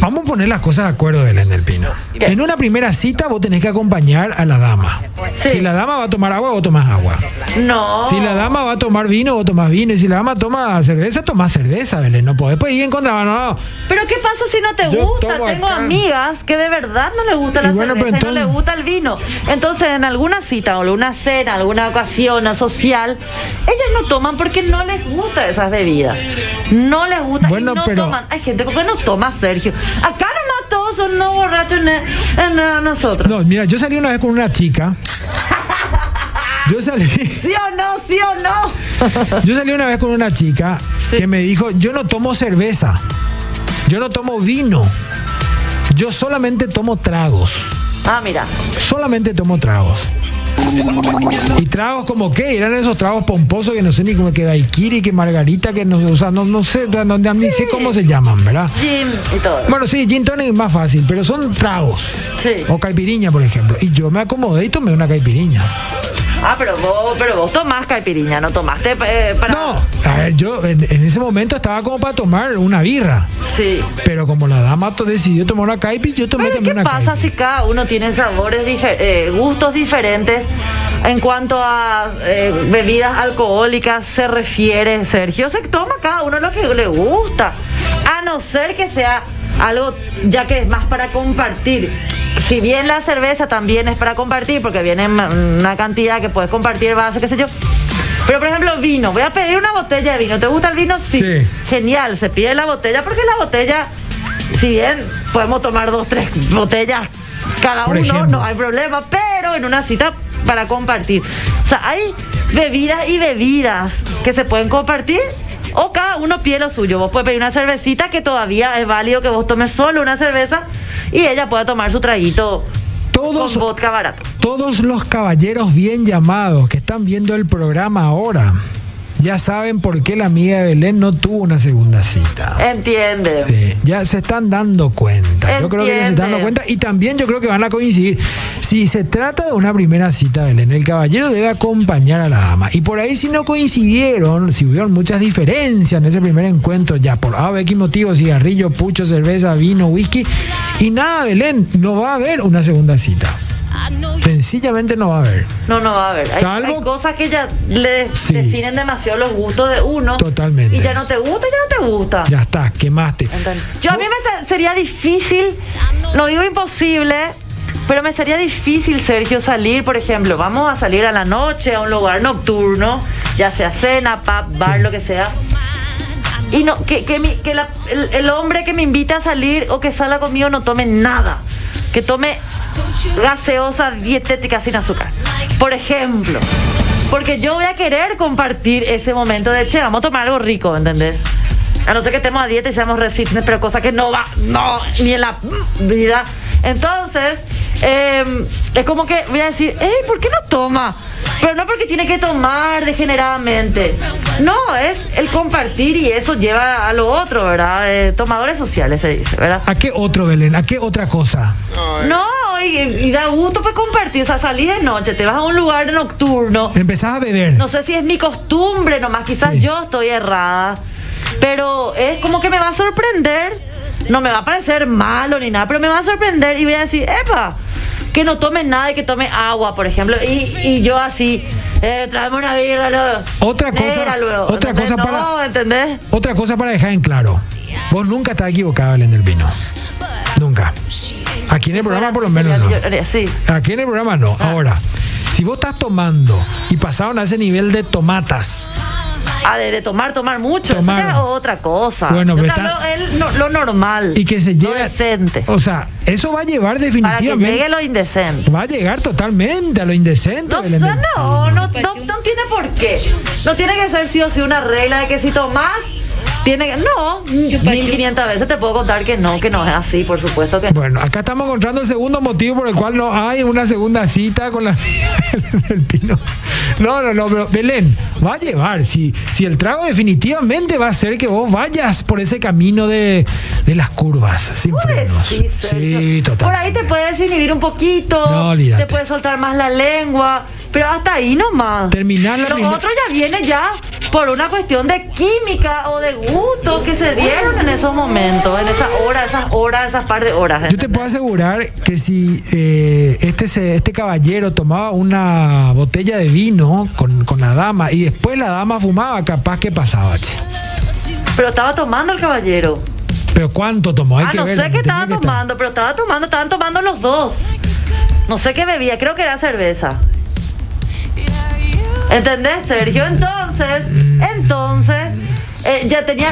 Speaker 1: vamos a poner las cosas de acuerdo, Belén del Pino.
Speaker 2: ¿Qué?
Speaker 1: En una primera cita vos tenés que acompañar a la dama.
Speaker 2: Sí. Oh.
Speaker 1: Si la dama va a tomar agua, vos tomás agua.
Speaker 2: No.
Speaker 1: Si la dama va a tomar vino, vos tomás vino. Y si la dama toma cerveza, tomás cerveza, Belén. No podés pues ir en contrabando. No, no.
Speaker 2: Pero ¿qué pasa si no te
Speaker 1: Yo
Speaker 2: gusta?
Speaker 1: tomo
Speaker 2: Tengo
Speaker 1: acá.
Speaker 2: amigas que de verdad no les gusta
Speaker 1: Y
Speaker 2: la
Speaker 1: bueno, pero
Speaker 2: cerveza y no
Speaker 1: entonces-
Speaker 2: les gusta el vino. Entonces, en alguna cita o alguna cena, alguna ocasión social, ellas no toman porque no les gusta esas bebidas. No les gusta
Speaker 1: Bueno,
Speaker 2: y no
Speaker 1: pero-
Speaker 2: toman. Hay gente que no toma, Sergio. Acá nomás todos son no borrachos en, en- en nosotros.
Speaker 1: No, mira, yo salí una vez con una chica. Yo salí,
Speaker 2: ¿Sí o no? ¿Sí o no?
Speaker 1: yo salí una vez con una chica que me dijo, yo no tomo cerveza, yo no tomo vino, yo solamente tomo tragos,
Speaker 2: Ah, mira.
Speaker 1: solamente tomo tragos. Y tragos como qué, eran esos tragos pomposos que no sé ni cómo que daiquiri, que margarita, que no, o sea, no, no sé, no, no- ni sé cómo se llaman, ¿verdad?
Speaker 2: Jim y todo.
Speaker 1: Bueno, sí, gin tonic es más fácil, pero son tragos.
Speaker 2: Sí.
Speaker 1: O caipiriña, por ejemplo. Y yo me acomodé y tomé una caipiriña.
Speaker 2: Ah, pero vos, pero vos tomás caipirinha, no tomaste eh, para.
Speaker 1: No, a ver, yo en, en ese momento estaba como para tomar una birra.
Speaker 2: Sí.
Speaker 1: Pero como la dama to- decidió tomar una caipi, yo tomé
Speaker 2: Pero ¿qué
Speaker 1: también una
Speaker 2: pasa
Speaker 1: caipi.
Speaker 2: si cada uno tiene sabores, difer- eh, gustos diferentes en cuanto a eh, bebidas alcohólicas se refiere, Sergio? Se toma cada uno lo que le gusta, a no ser que sea algo ya que es más para compartir. Si bien la cerveza también es para compartir, porque viene ma- una cantidad que puedes compartir, vaso, qué sé yo. Pero por ejemplo, vino. Voy a pedir una botella de vino. ¿Te gusta el vino?
Speaker 1: Sí.
Speaker 2: Genial, se pide la botella porque la botella, si bien podemos tomar dos, tres botellas cada
Speaker 1: Por
Speaker 2: uno,
Speaker 1: ejemplo.
Speaker 2: no hay problema, pero en una cita para compartir. O sea, hay bebidas y bebidas que se pueden compartir. O cada uno pide lo suyo. Vos puedes pedir una cervecita que todavía es válido que vos tomes solo una cerveza y ella pueda tomar su traguito
Speaker 1: Todos-
Speaker 2: con vodka barato.
Speaker 1: Todos los caballeros bien llamados que están viendo el programa ahora, ya saben por qué la amiga de Belén no tuvo una segunda cita.
Speaker 2: Entiende.
Speaker 1: Sí, Este, ya se están dando cuenta. Yo creo que ya se están dando
Speaker 2: Entiende.
Speaker 1: cuenta y también yo creo que van a coincidir. Si se trata de una primera cita, Belén, el caballero debe acompañar a la dama. Y por ahí si no coincidieron, si hubieron muchas diferencias en ese primer encuentro, ya por A o X motivo, cigarrillo, pucho, cerveza, vino, whisky, y nada, Belén, no va a haber una segunda cita. Sencillamente no va a haber.
Speaker 2: No, no va a haber. Hay,
Speaker 1: Salvo-
Speaker 2: hay cosas que ya le
Speaker 1: Sí.
Speaker 2: definen demasiado los gustos de uno.
Speaker 1: Totalmente.
Speaker 2: Y ya no te gusta, ya no te gusta.
Speaker 1: Ya está, quemaste.
Speaker 2: Entonces, Yo a mí me se- sería difícil, no digo imposible, pero me sería difícil, Sergio, salir, por ejemplo, vamos a salir a la noche a un lugar nocturno, ya sea cena, pub, bar, lo que sea. Y no, que, que, mi- que la- el, el hombre que me invita a salir o que salga conmigo no tome nada. Que tome gaseosa dietética sin azúcar. Por ejemplo. Porque yo voy a querer compartir ese momento de, che, vamos a tomar algo rico, ¿entendés? A no ser que estemos a dieta y seamos re fitness, pero cosa que no va, no, ni en la vida. Entonces, em, es como que voy a decir, hey, ¿por qué no toma? Pero no porque tiene que tomar degeneradamente. No, es el compartir y eso lleva a lo otro, ¿verdad? Eh, tomadores sociales se dice, ¿verdad?
Speaker 1: ¿A qué otro, Belén? ¿A qué otra cosa?
Speaker 2: No, y, y da gusto pues compartir. O sea, salís de noche, te vas a un lugar nocturno.
Speaker 1: Empezás a beber.
Speaker 2: No sé si es mi costumbre nomás, quizás
Speaker 1: Sí.
Speaker 2: yo estoy errada. Pero es como que me va a sorprender. No me va a parecer malo ni nada, pero me va a sorprender y voy a decir, ¡epa! Que no tome nada y que tome agua, por ejemplo. Y, y yo así, eh, tráeme una birra luego.
Speaker 1: Otra cosa-
Speaker 2: Negra luego,
Speaker 1: otra
Speaker 2: ¿entendés?
Speaker 1: cosa para-
Speaker 2: No, ¿entendés?
Speaker 1: Otra cosa para dejar en claro. Vos nunca estás equivocado, Belén del Pino. Nunca. Aquí en el programa por lo menos no.
Speaker 2: Sí.
Speaker 1: Aquí en el programa no. Ahora, si vos estás tomando y pasaron a ese nivel de tomatas,
Speaker 2: Ah, de, de tomar, tomar mucho.
Speaker 1: Tomar.
Speaker 2: Eso ya es otra cosa.
Speaker 1: Bueno,
Speaker 2: Yo te
Speaker 1: pero está-
Speaker 2: hablo el no- lo normal.
Speaker 1: y que se
Speaker 2: lo
Speaker 1: lleve...
Speaker 2: decente.
Speaker 1: O sea, eso va a llevar
Speaker 2: Para que llegue
Speaker 1: definitivamente...
Speaker 2: lo indecente.
Speaker 1: Va a llegar totalmente a lo indecente.
Speaker 2: No, sé,
Speaker 1: Belén del
Speaker 2: no,
Speaker 1: Pino.
Speaker 2: no, no, no tiene por qué. No tiene que ser sí o sí una regla de que si tomás, tiene que. No, 1500 veces te puedo contar que no, que no es así, por supuesto que no.
Speaker 1: Bueno, acá estamos encontrando el segundo motivo por el cual no hay una segunda cita con la Belén del Pino. No, no, no, pero Belén, va a llevar. Si, si el trago definitivamente va a ser que vos vayas por ese camino de, de las curvas, sin frenos.
Speaker 2: Sí,
Speaker 1: sí,
Speaker 2: Sergio.
Speaker 1: total.
Speaker 2: Por ahí te puedes inhibir un poquito,
Speaker 1: No, olvídate.
Speaker 2: te puedes soltar más la lengua, pero hasta ahí nomás.
Speaker 1: Terminar la
Speaker 2: Lo
Speaker 1: primera-
Speaker 2: otro ya viene ya por una cuestión de química o de gusto que se dieron en esos momentos, en esas horas, esas horas, esas par de horas. ¿eh?
Speaker 1: Yo te puedo asegurar que si eh, este, se- este caballero tomaba una botella de vino con, con la dama y después la dama fumaba, capaz que pasaba. che.
Speaker 2: Pero estaba tomando el caballero.
Speaker 1: Pero ¿cuánto tomó? Hay
Speaker 2: ah,
Speaker 1: que
Speaker 2: no
Speaker 1: ver,
Speaker 2: sé qué
Speaker 1: tenía
Speaker 2: estaban
Speaker 1: que estar-
Speaker 2: tomando, pero estaba tomando, estaban tomando los dos. No sé qué bebía, creo que era cerveza. ¿Entendés, Sergio? Entonces, entonces, eh, ya tenía,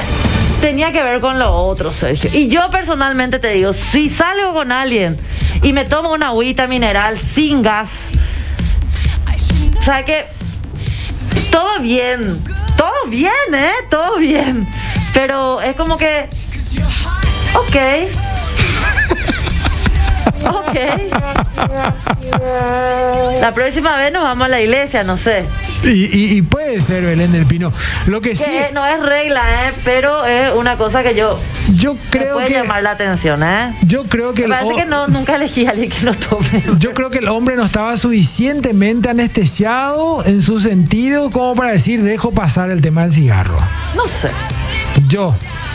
Speaker 2: tenía que ver con lo otro, Sergio. Y yo personalmente te digo, si salgo con alguien y me tomo una agüita mineral sin gas, o sea que todo bien, todo bien, ¿eh? Todo bien. Pero es como que Ok. Ok. La próxima vez nos vamos a la iglesia, no sé.
Speaker 1: Y, y- y puede ser Belén del Pino. Lo que
Speaker 2: Que
Speaker 1: sí,
Speaker 2: es- no es regla, ¿eh? pero es una cosa que yo
Speaker 1: yo
Speaker 2: me
Speaker 1: creo
Speaker 2: puede
Speaker 1: que
Speaker 2: llamar la atención, ¿eh?
Speaker 1: yo creo que
Speaker 2: Me
Speaker 1: el
Speaker 2: parece
Speaker 1: ho-
Speaker 2: que no, nunca elegí a alguien que no tome.
Speaker 1: yo creo que el hombre no estaba suficientemente anestesiado en su sentido como para decir dejo pasar el tema del cigarro.
Speaker 2: No sé.
Speaker 1: Yo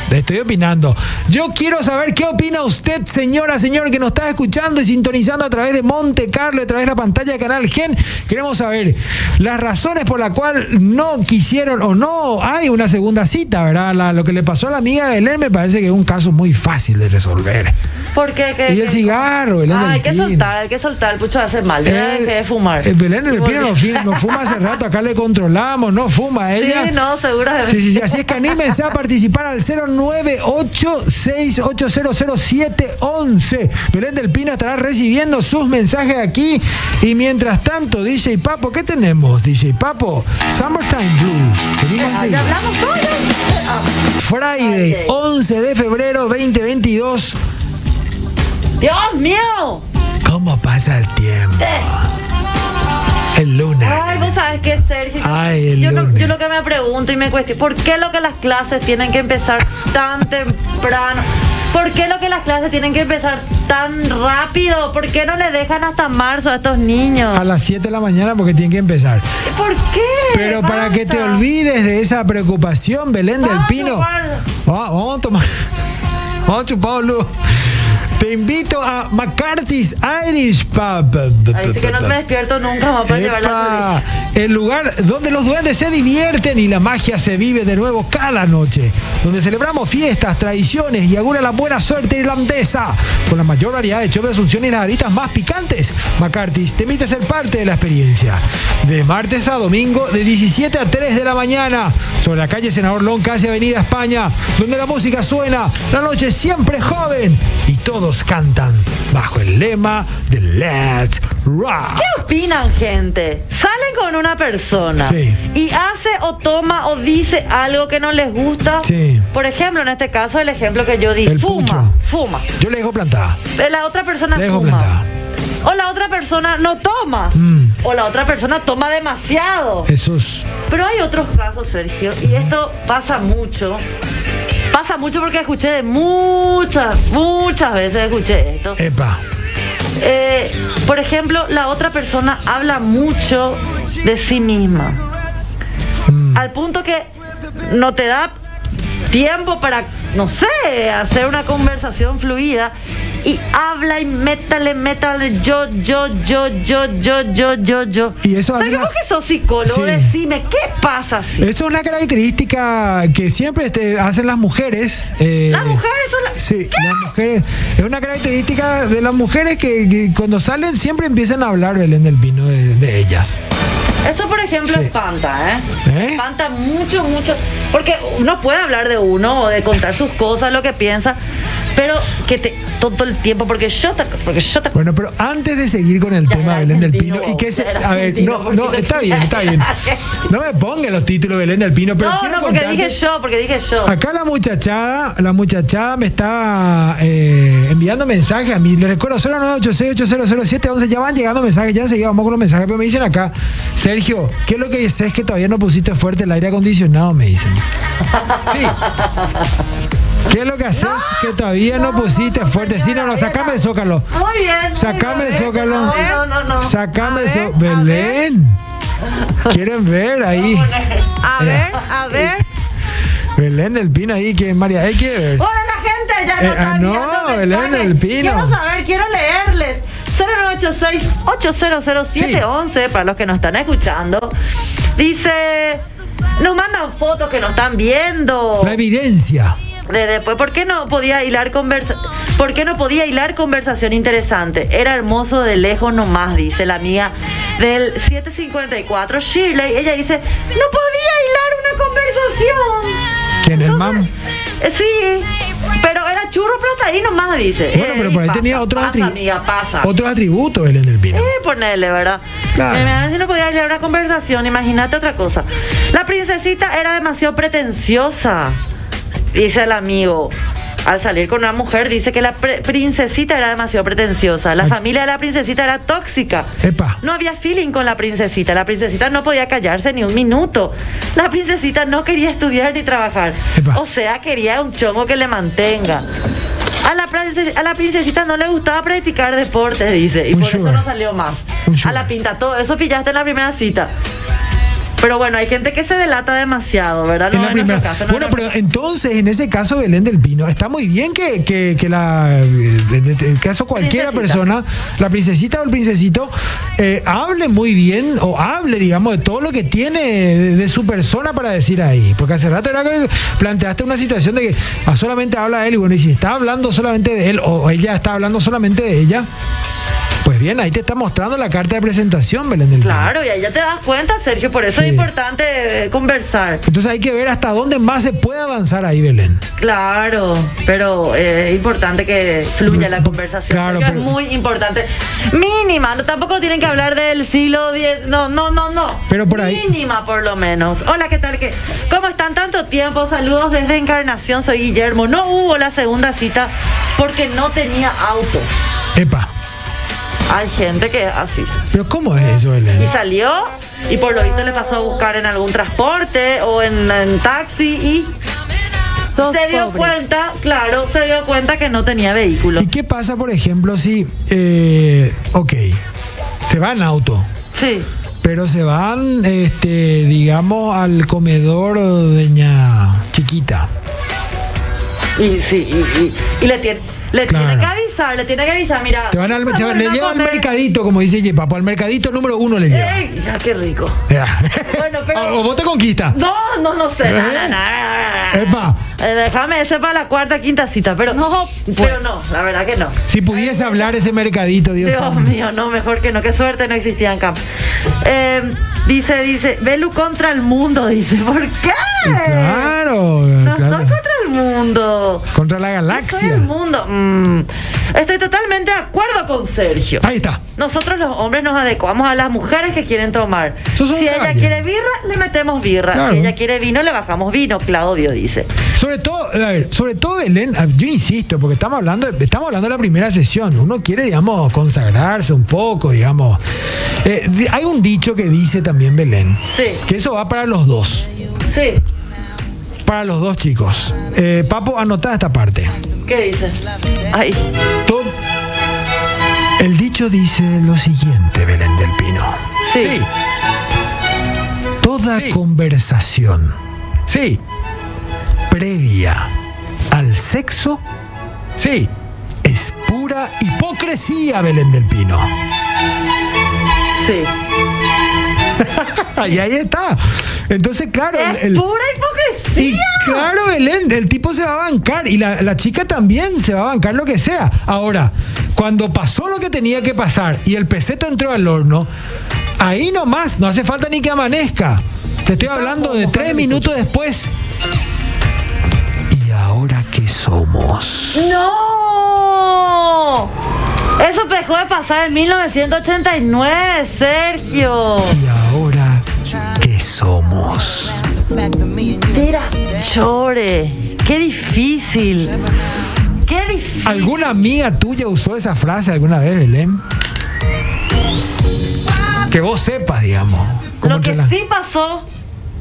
Speaker 1: le estoy opinando. Yo quiero saber qué opina usted, señora, señor, que nos está escuchando y sintonizando a través de Monte Carlo, a través de la pantalla de Canal Gen. Queremos saber las razones por las cuales no quisieron o no hay una segunda cita, ¿verdad? La- lo que le pasó a la amiga Belén me parece que es un caso muy fácil de resolver.
Speaker 2: Porque
Speaker 1: Y el cigarro, Belén.
Speaker 2: hay
Speaker 1: del
Speaker 2: que
Speaker 1: Pino.
Speaker 2: soltar, hay que soltar, pucho, hace mal. Ya
Speaker 1: Eh,
Speaker 2: dejé de fumar.
Speaker 1: eh, Belén del
Speaker 2: Y
Speaker 1: Pino no,
Speaker 2: volví.
Speaker 1: fi- no fuma hace rato, acá le controlamos, no fuma ella.
Speaker 2: Sí, no, seguramente.
Speaker 1: Sí, sí, sí. Así es que anímense a participar al 0986800711. Belén del Pino estará recibiendo sus mensajes aquí. Y mientras tanto, DJ Papo, ¿qué tenemos, DJ Papo? Summertime Blues. Venimos
Speaker 2: Ah, Ya
Speaker 1: enseguida.
Speaker 2: hablamos todo. ya.
Speaker 1: Friday, 11 de febrero 2022.
Speaker 2: Dios mío. Eh.
Speaker 1: ¿Cómo pasa el tiempo? El lunes.
Speaker 2: Ay, pues- vos sabes qué, Sergio. Yo-
Speaker 1: Ay, el
Speaker 2: yo, lo,
Speaker 1: lunes.
Speaker 2: yo lo que me pregunto y me cuestiono, ¿por qué lo que las clases tienen que empezar tan temprano? ¿Por qué lo que las clases tienen que empezar tan rápido? ¿Por qué no le dejan hasta marzo a estos niños?
Speaker 1: A las 7 de la mañana porque tiene que empezar.
Speaker 2: ¿Por qué?
Speaker 1: Pero para que te
Speaker 2: Basta.
Speaker 1: olvides de esa preocupación, Belén del
Speaker 2: Vamos,
Speaker 1: Pino.
Speaker 2: Pablo.
Speaker 1: Va- vamos a tomar. Vamos a chupar, boludo. Te invito a McCarthy's Irish Pub.
Speaker 2: Ay, sí que no me despierto nunca, más para llevar la
Speaker 1: Epa, el lugar donde los duendes se divierten y la magia se vive de nuevo cada noche. Donde celebramos fiestas, tradiciones y augura la buena suerte irlandesa. Con la mayor variedad de shows de Asunción y las aristas más picantes. McCarthy's te invita a ser parte de la experiencia. De martes a domingo, de 17 a 3 de la mañana. Sobre la calle Senador Lon, casi Avenida España. Donde la música suena, la noche siempre joven. Y todos cantan bajo el lema de Let's Rock.
Speaker 2: ¿Qué opinan, gente? Salen con una persona
Speaker 1: Sí.
Speaker 2: y hace o toma o dice algo que no les gusta.
Speaker 1: Sí.
Speaker 2: Por ejemplo, en este caso, el ejemplo que yo di,
Speaker 1: El
Speaker 2: fuma,
Speaker 1: pucho.
Speaker 2: fuma.
Speaker 1: Yo le dejo plantada.
Speaker 2: Eh, La otra persona
Speaker 1: Le dejo
Speaker 2: fuma.
Speaker 1: plantada. Mm.
Speaker 2: O la otra persona no toma. O la otra persona toma demasiado.
Speaker 1: Jesús.
Speaker 2: Pero hay otros casos, Sergio, y esto pasa mucho. Pasa mucho porque escuché de muchas, muchas veces escuché esto.
Speaker 1: Epa.
Speaker 2: Eh, por ejemplo, la otra persona habla mucho de sí misma.
Speaker 1: Mm.
Speaker 2: Al punto que no te da tiempo para, no sé, hacer una conversación fluida. Y habla y métale, métale, yo, yo, yo, yo, yo, yo, yo, yo.
Speaker 1: Y eso hace
Speaker 2: Sergio,
Speaker 1: una-
Speaker 2: vos que sos psicólogo,
Speaker 1: Sí. Eh,
Speaker 2: decime, ¿qué pasa si?
Speaker 1: Esa es una característica que siempre este, hacen las mujeres. eh,
Speaker 2: Las mujeres son las...
Speaker 1: Sí, las mujeres. Es una característica de las mujeres que, que cuando salen siempre empiezan a hablar Belén del vino de, de ellas.
Speaker 2: Eso, por ejemplo,
Speaker 1: Sí.
Speaker 2: espanta, ¿eh?
Speaker 1: ¿Eh?
Speaker 2: Espanta mucho, mucho. Porque uno puede hablar de uno o de contar sus cosas, lo que piensa, pero que te todo el tiempo, porque yo te. Porque yo te
Speaker 1: Bueno, pero antes de seguir con el
Speaker 2: Ya
Speaker 1: tema
Speaker 2: era
Speaker 1: Belén del
Speaker 2: argentino,
Speaker 1: Pino y que se,
Speaker 2: ya era
Speaker 1: a ver,
Speaker 2: argentino,
Speaker 1: no,
Speaker 2: porque
Speaker 1: no,
Speaker 2: te-
Speaker 1: está bien, está bien. No me ponga los títulos Belén del Pino, pero
Speaker 2: no,
Speaker 1: quiero
Speaker 2: no, porque
Speaker 1: contarte-
Speaker 2: dije yo, porque dije yo.
Speaker 1: Acá la muchachada, la muchachada me está eh, enviando mensajes a mí. Les recuerdo 0986800711. Ya van llegando mensajes, ya enseguida vamos con los mensajes. Pero me dicen acá, Sergio, ¿qué es lo que dices? Es que todavía no pusiste fuerte el aire acondicionado, me dicen. Sí. ¿Qué es lo que haces? que todavía no, pusiste fuerte. Sí, no, no, sacame el zócalo.
Speaker 2: Muy bien. muy
Speaker 1: Sacame
Speaker 2: bien.
Speaker 1: el zócalo.
Speaker 2: No, no, no. no.
Speaker 1: Sacame el
Speaker 5: A ver,
Speaker 1: zócalo.
Speaker 5: a ver.
Speaker 1: Belén. ¿Quieren ver ahí?
Speaker 5: A ver, a ver.
Speaker 1: Belén del Pino ahí, que es María. Hay que ver.
Speaker 2: Hola, la gente, ya
Speaker 1: Eh,
Speaker 2: no
Speaker 1: ah,
Speaker 2: está
Speaker 1: no,
Speaker 2: enviando
Speaker 1: Belén
Speaker 2: mensajes.
Speaker 1: del Pino.
Speaker 2: Quiero saber, quiero leerles. 0986-800711, para los que nos están escuchando. Dice, nos mandan fotos que nos están viendo.
Speaker 1: La evidencia.
Speaker 2: De después, ¿por qué no podía hilar conversa ¿Por qué no podía hilar conversación interesante? Era hermoso de lejos nomás, dice la mía del 754 Shirley. Ella dice, no podía hilar una conversación.
Speaker 1: ¿Quién es
Speaker 2: Entonces,
Speaker 1: mam?
Speaker 2: eh, Sí, pero era churro, pero hasta ahí nomás dice. Eh,
Speaker 1: Bueno, pero por ahí
Speaker 2: pasa,
Speaker 1: tenía otros
Speaker 2: Pasa,
Speaker 1: atributos.
Speaker 2: amiga, pasa.
Speaker 1: Otros atributos, Belén del Pino.
Speaker 2: Eh, ponele, ¿verdad?
Speaker 1: Claro.
Speaker 2: Me- me- si no podía hilar una conversación, imagínate otra cosa. La princesita era demasiado pretenciosa, dice el amigo. Al salir con una mujer, dice que la pre- princesita era demasiado pretenciosa. La
Speaker 1: Ay.
Speaker 2: familia de la princesita era tóxica.
Speaker 1: Epa.
Speaker 2: No había feeling con la princesita. La princesita no podía callarse ni un minuto. La princesita no quería estudiar ni trabajar.
Speaker 1: Epa.
Speaker 2: O sea, quería un chongo que le mantenga. A la, princes- a la princesita no le gustaba practicar deportes, dice. Y
Speaker 1: Un
Speaker 2: por
Speaker 1: sugar.
Speaker 2: eso no salió más.
Speaker 1: Un sugar.
Speaker 2: A la pinta, todo eso pillaste en la primera cita. Pero bueno, hay gente que se delata demasiado, ¿verdad?
Speaker 1: En la
Speaker 2: en nuestro
Speaker 1: primera.
Speaker 2: caso, no
Speaker 1: bueno,
Speaker 2: en
Speaker 1: pero
Speaker 2: nuestro
Speaker 1: entonces, en ese caso, Belén del Pino, está muy bien que, que, que la. eh, En el caso, cualquiera
Speaker 2: Princesita.
Speaker 1: persona, la princesita o el princesito, eh, hable muy bien o hable, digamos, de todo lo que tiene de, de su persona para decir ahí. Porque hace rato era que planteaste una situación de que ah, solamente habla él y bueno, y si está hablando solamente de él o ella está hablando solamente de ella. Pues bien, ahí te está mostrando la carta de presentación, Belén del Pino.
Speaker 2: Claro, y ahí ya te das cuenta, Sergio, por eso
Speaker 1: Sí.
Speaker 2: es importante eh, conversar.
Speaker 1: Entonces hay que ver hasta dónde más se puede avanzar ahí, Belén.
Speaker 2: Claro, pero eh, es importante que fluya la conversación.
Speaker 1: Claro,
Speaker 2: porque
Speaker 1: pero-
Speaker 2: es muy importante. Mínima, no, tampoco tienen que hablar del siglo X. No, no, no, no.
Speaker 1: Pero por ahí-
Speaker 2: Mínima, por lo menos. Hola, ¿qué tal? ¿Qué, ¿Cómo están? Tanto tiempo. Saludos desde Encarnación. Soy Guillermo. No hubo la segunda cita porque no tenía auto.
Speaker 1: Epa.
Speaker 2: Hay gente que es así.
Speaker 1: Pero ¿cómo es eso,
Speaker 2: Y
Speaker 1: Belén?
Speaker 2: salió y por lo visto le pasó a buscar en algún transporte o en, en taxi y
Speaker 5: Sos
Speaker 2: se dio
Speaker 5: pobre.
Speaker 2: cuenta, claro, se dio cuenta que no tenía vehículo.
Speaker 1: ¿Y qué pasa, por ejemplo, si, eh, ok, se va en auto,
Speaker 2: Sí.
Speaker 1: pero se van, este, digamos, al comedor doña chiquita?
Speaker 2: Y sí, y, y- y le tiene, le
Speaker 1: Claro.
Speaker 2: tiene que avisar, le tiene que avisar, mira.
Speaker 1: Se van al, se van-
Speaker 2: vamos
Speaker 1: le
Speaker 2: a
Speaker 1: lleva al
Speaker 2: comer.
Speaker 1: mercadito, como dice Ye Papo, al mercadito número uno le lleva.
Speaker 2: Ey, ya, qué rico.
Speaker 1: Ya.
Speaker 2: Bueno, pero-
Speaker 1: O vos te conquistas.
Speaker 2: No, no, no
Speaker 1: ¿Eh?
Speaker 2: sé. na, na, na, na, na.
Speaker 1: Epa,
Speaker 2: Eh, déjame ese para la cuarta, quinta cita, pero no, pero no, la verdad que no.
Speaker 1: si pudiese hablar ese mercadito, Dios,
Speaker 2: Dios
Speaker 1: santo.
Speaker 2: mío, no, mejor que no, qué suerte no existían camp. Eh, dice, dice, Belu contra el mundo, dice, ¿por qué?
Speaker 1: Claro,
Speaker 2: No
Speaker 1: claro.
Speaker 2: soy contra el mundo.
Speaker 1: Contra la
Speaker 2: No Soy
Speaker 1: galaxia.
Speaker 2: el mundo. Mm, estoy totalmente de acuerdo con Sergio.
Speaker 1: Ahí está.
Speaker 2: Nosotros los hombres nos adecuamos a las mujeres que quieren tomar.
Speaker 1: Sos un
Speaker 2: Si ella
Speaker 1: calle.
Speaker 2: quiere birra, le metemos birra.
Speaker 1: Claro.
Speaker 2: Si ella quiere vino, le bajamos vino, Claudio dice.
Speaker 1: Sobre todo, a ver, sobre todo Belén, a- yo insisto, porque estamos hablando, de- estamos hablando de la primera sesión. Uno quiere, digamos, consagrarse un poco, digamos. Eh, di- hay un dicho que dice también Belén,
Speaker 2: Sí,
Speaker 1: que eso va para los dos,
Speaker 2: sí.
Speaker 1: para los dos chicos. Eh, Papo, anotá esta parte.
Speaker 2: ¿Qué dice? Ay,
Speaker 1: To- El dicho dice lo siguiente, Belén del Pino.
Speaker 2: sí.
Speaker 1: Toda
Speaker 6: Sí.
Speaker 1: conversación
Speaker 6: sí,
Speaker 1: previa al sexo
Speaker 6: sí.
Speaker 1: es pura hipocresía, Belén del Pino.
Speaker 2: sí.
Speaker 1: Y ahí está. Entonces, claro, el-
Speaker 2: Es
Speaker 1: el-
Speaker 2: pura hipocresía.
Speaker 1: y claro, Belén, el tipo se va a bancar y la, la chica también se va a bancar lo que sea. Ahora, cuando pasó lo que tenía que pasar y el peseto entró al horno, ahí nomás, no hace falta ni que amanezca. Te estoy hablando de tres minutos después. ¿Y ahora qué somos?
Speaker 2: ¡No! Eso dejó de pasar en 1989, Sergio.
Speaker 1: ¿Y ahora qué somos?
Speaker 2: Tira, chore. Qué difícil. Qué difícil.
Speaker 1: ¿Alguna amiga tuya usó esa frase alguna vez, Belén? Que vos sepas, digamos. como
Speaker 2: Lo que
Speaker 1: entre las-
Speaker 2: sí pasó,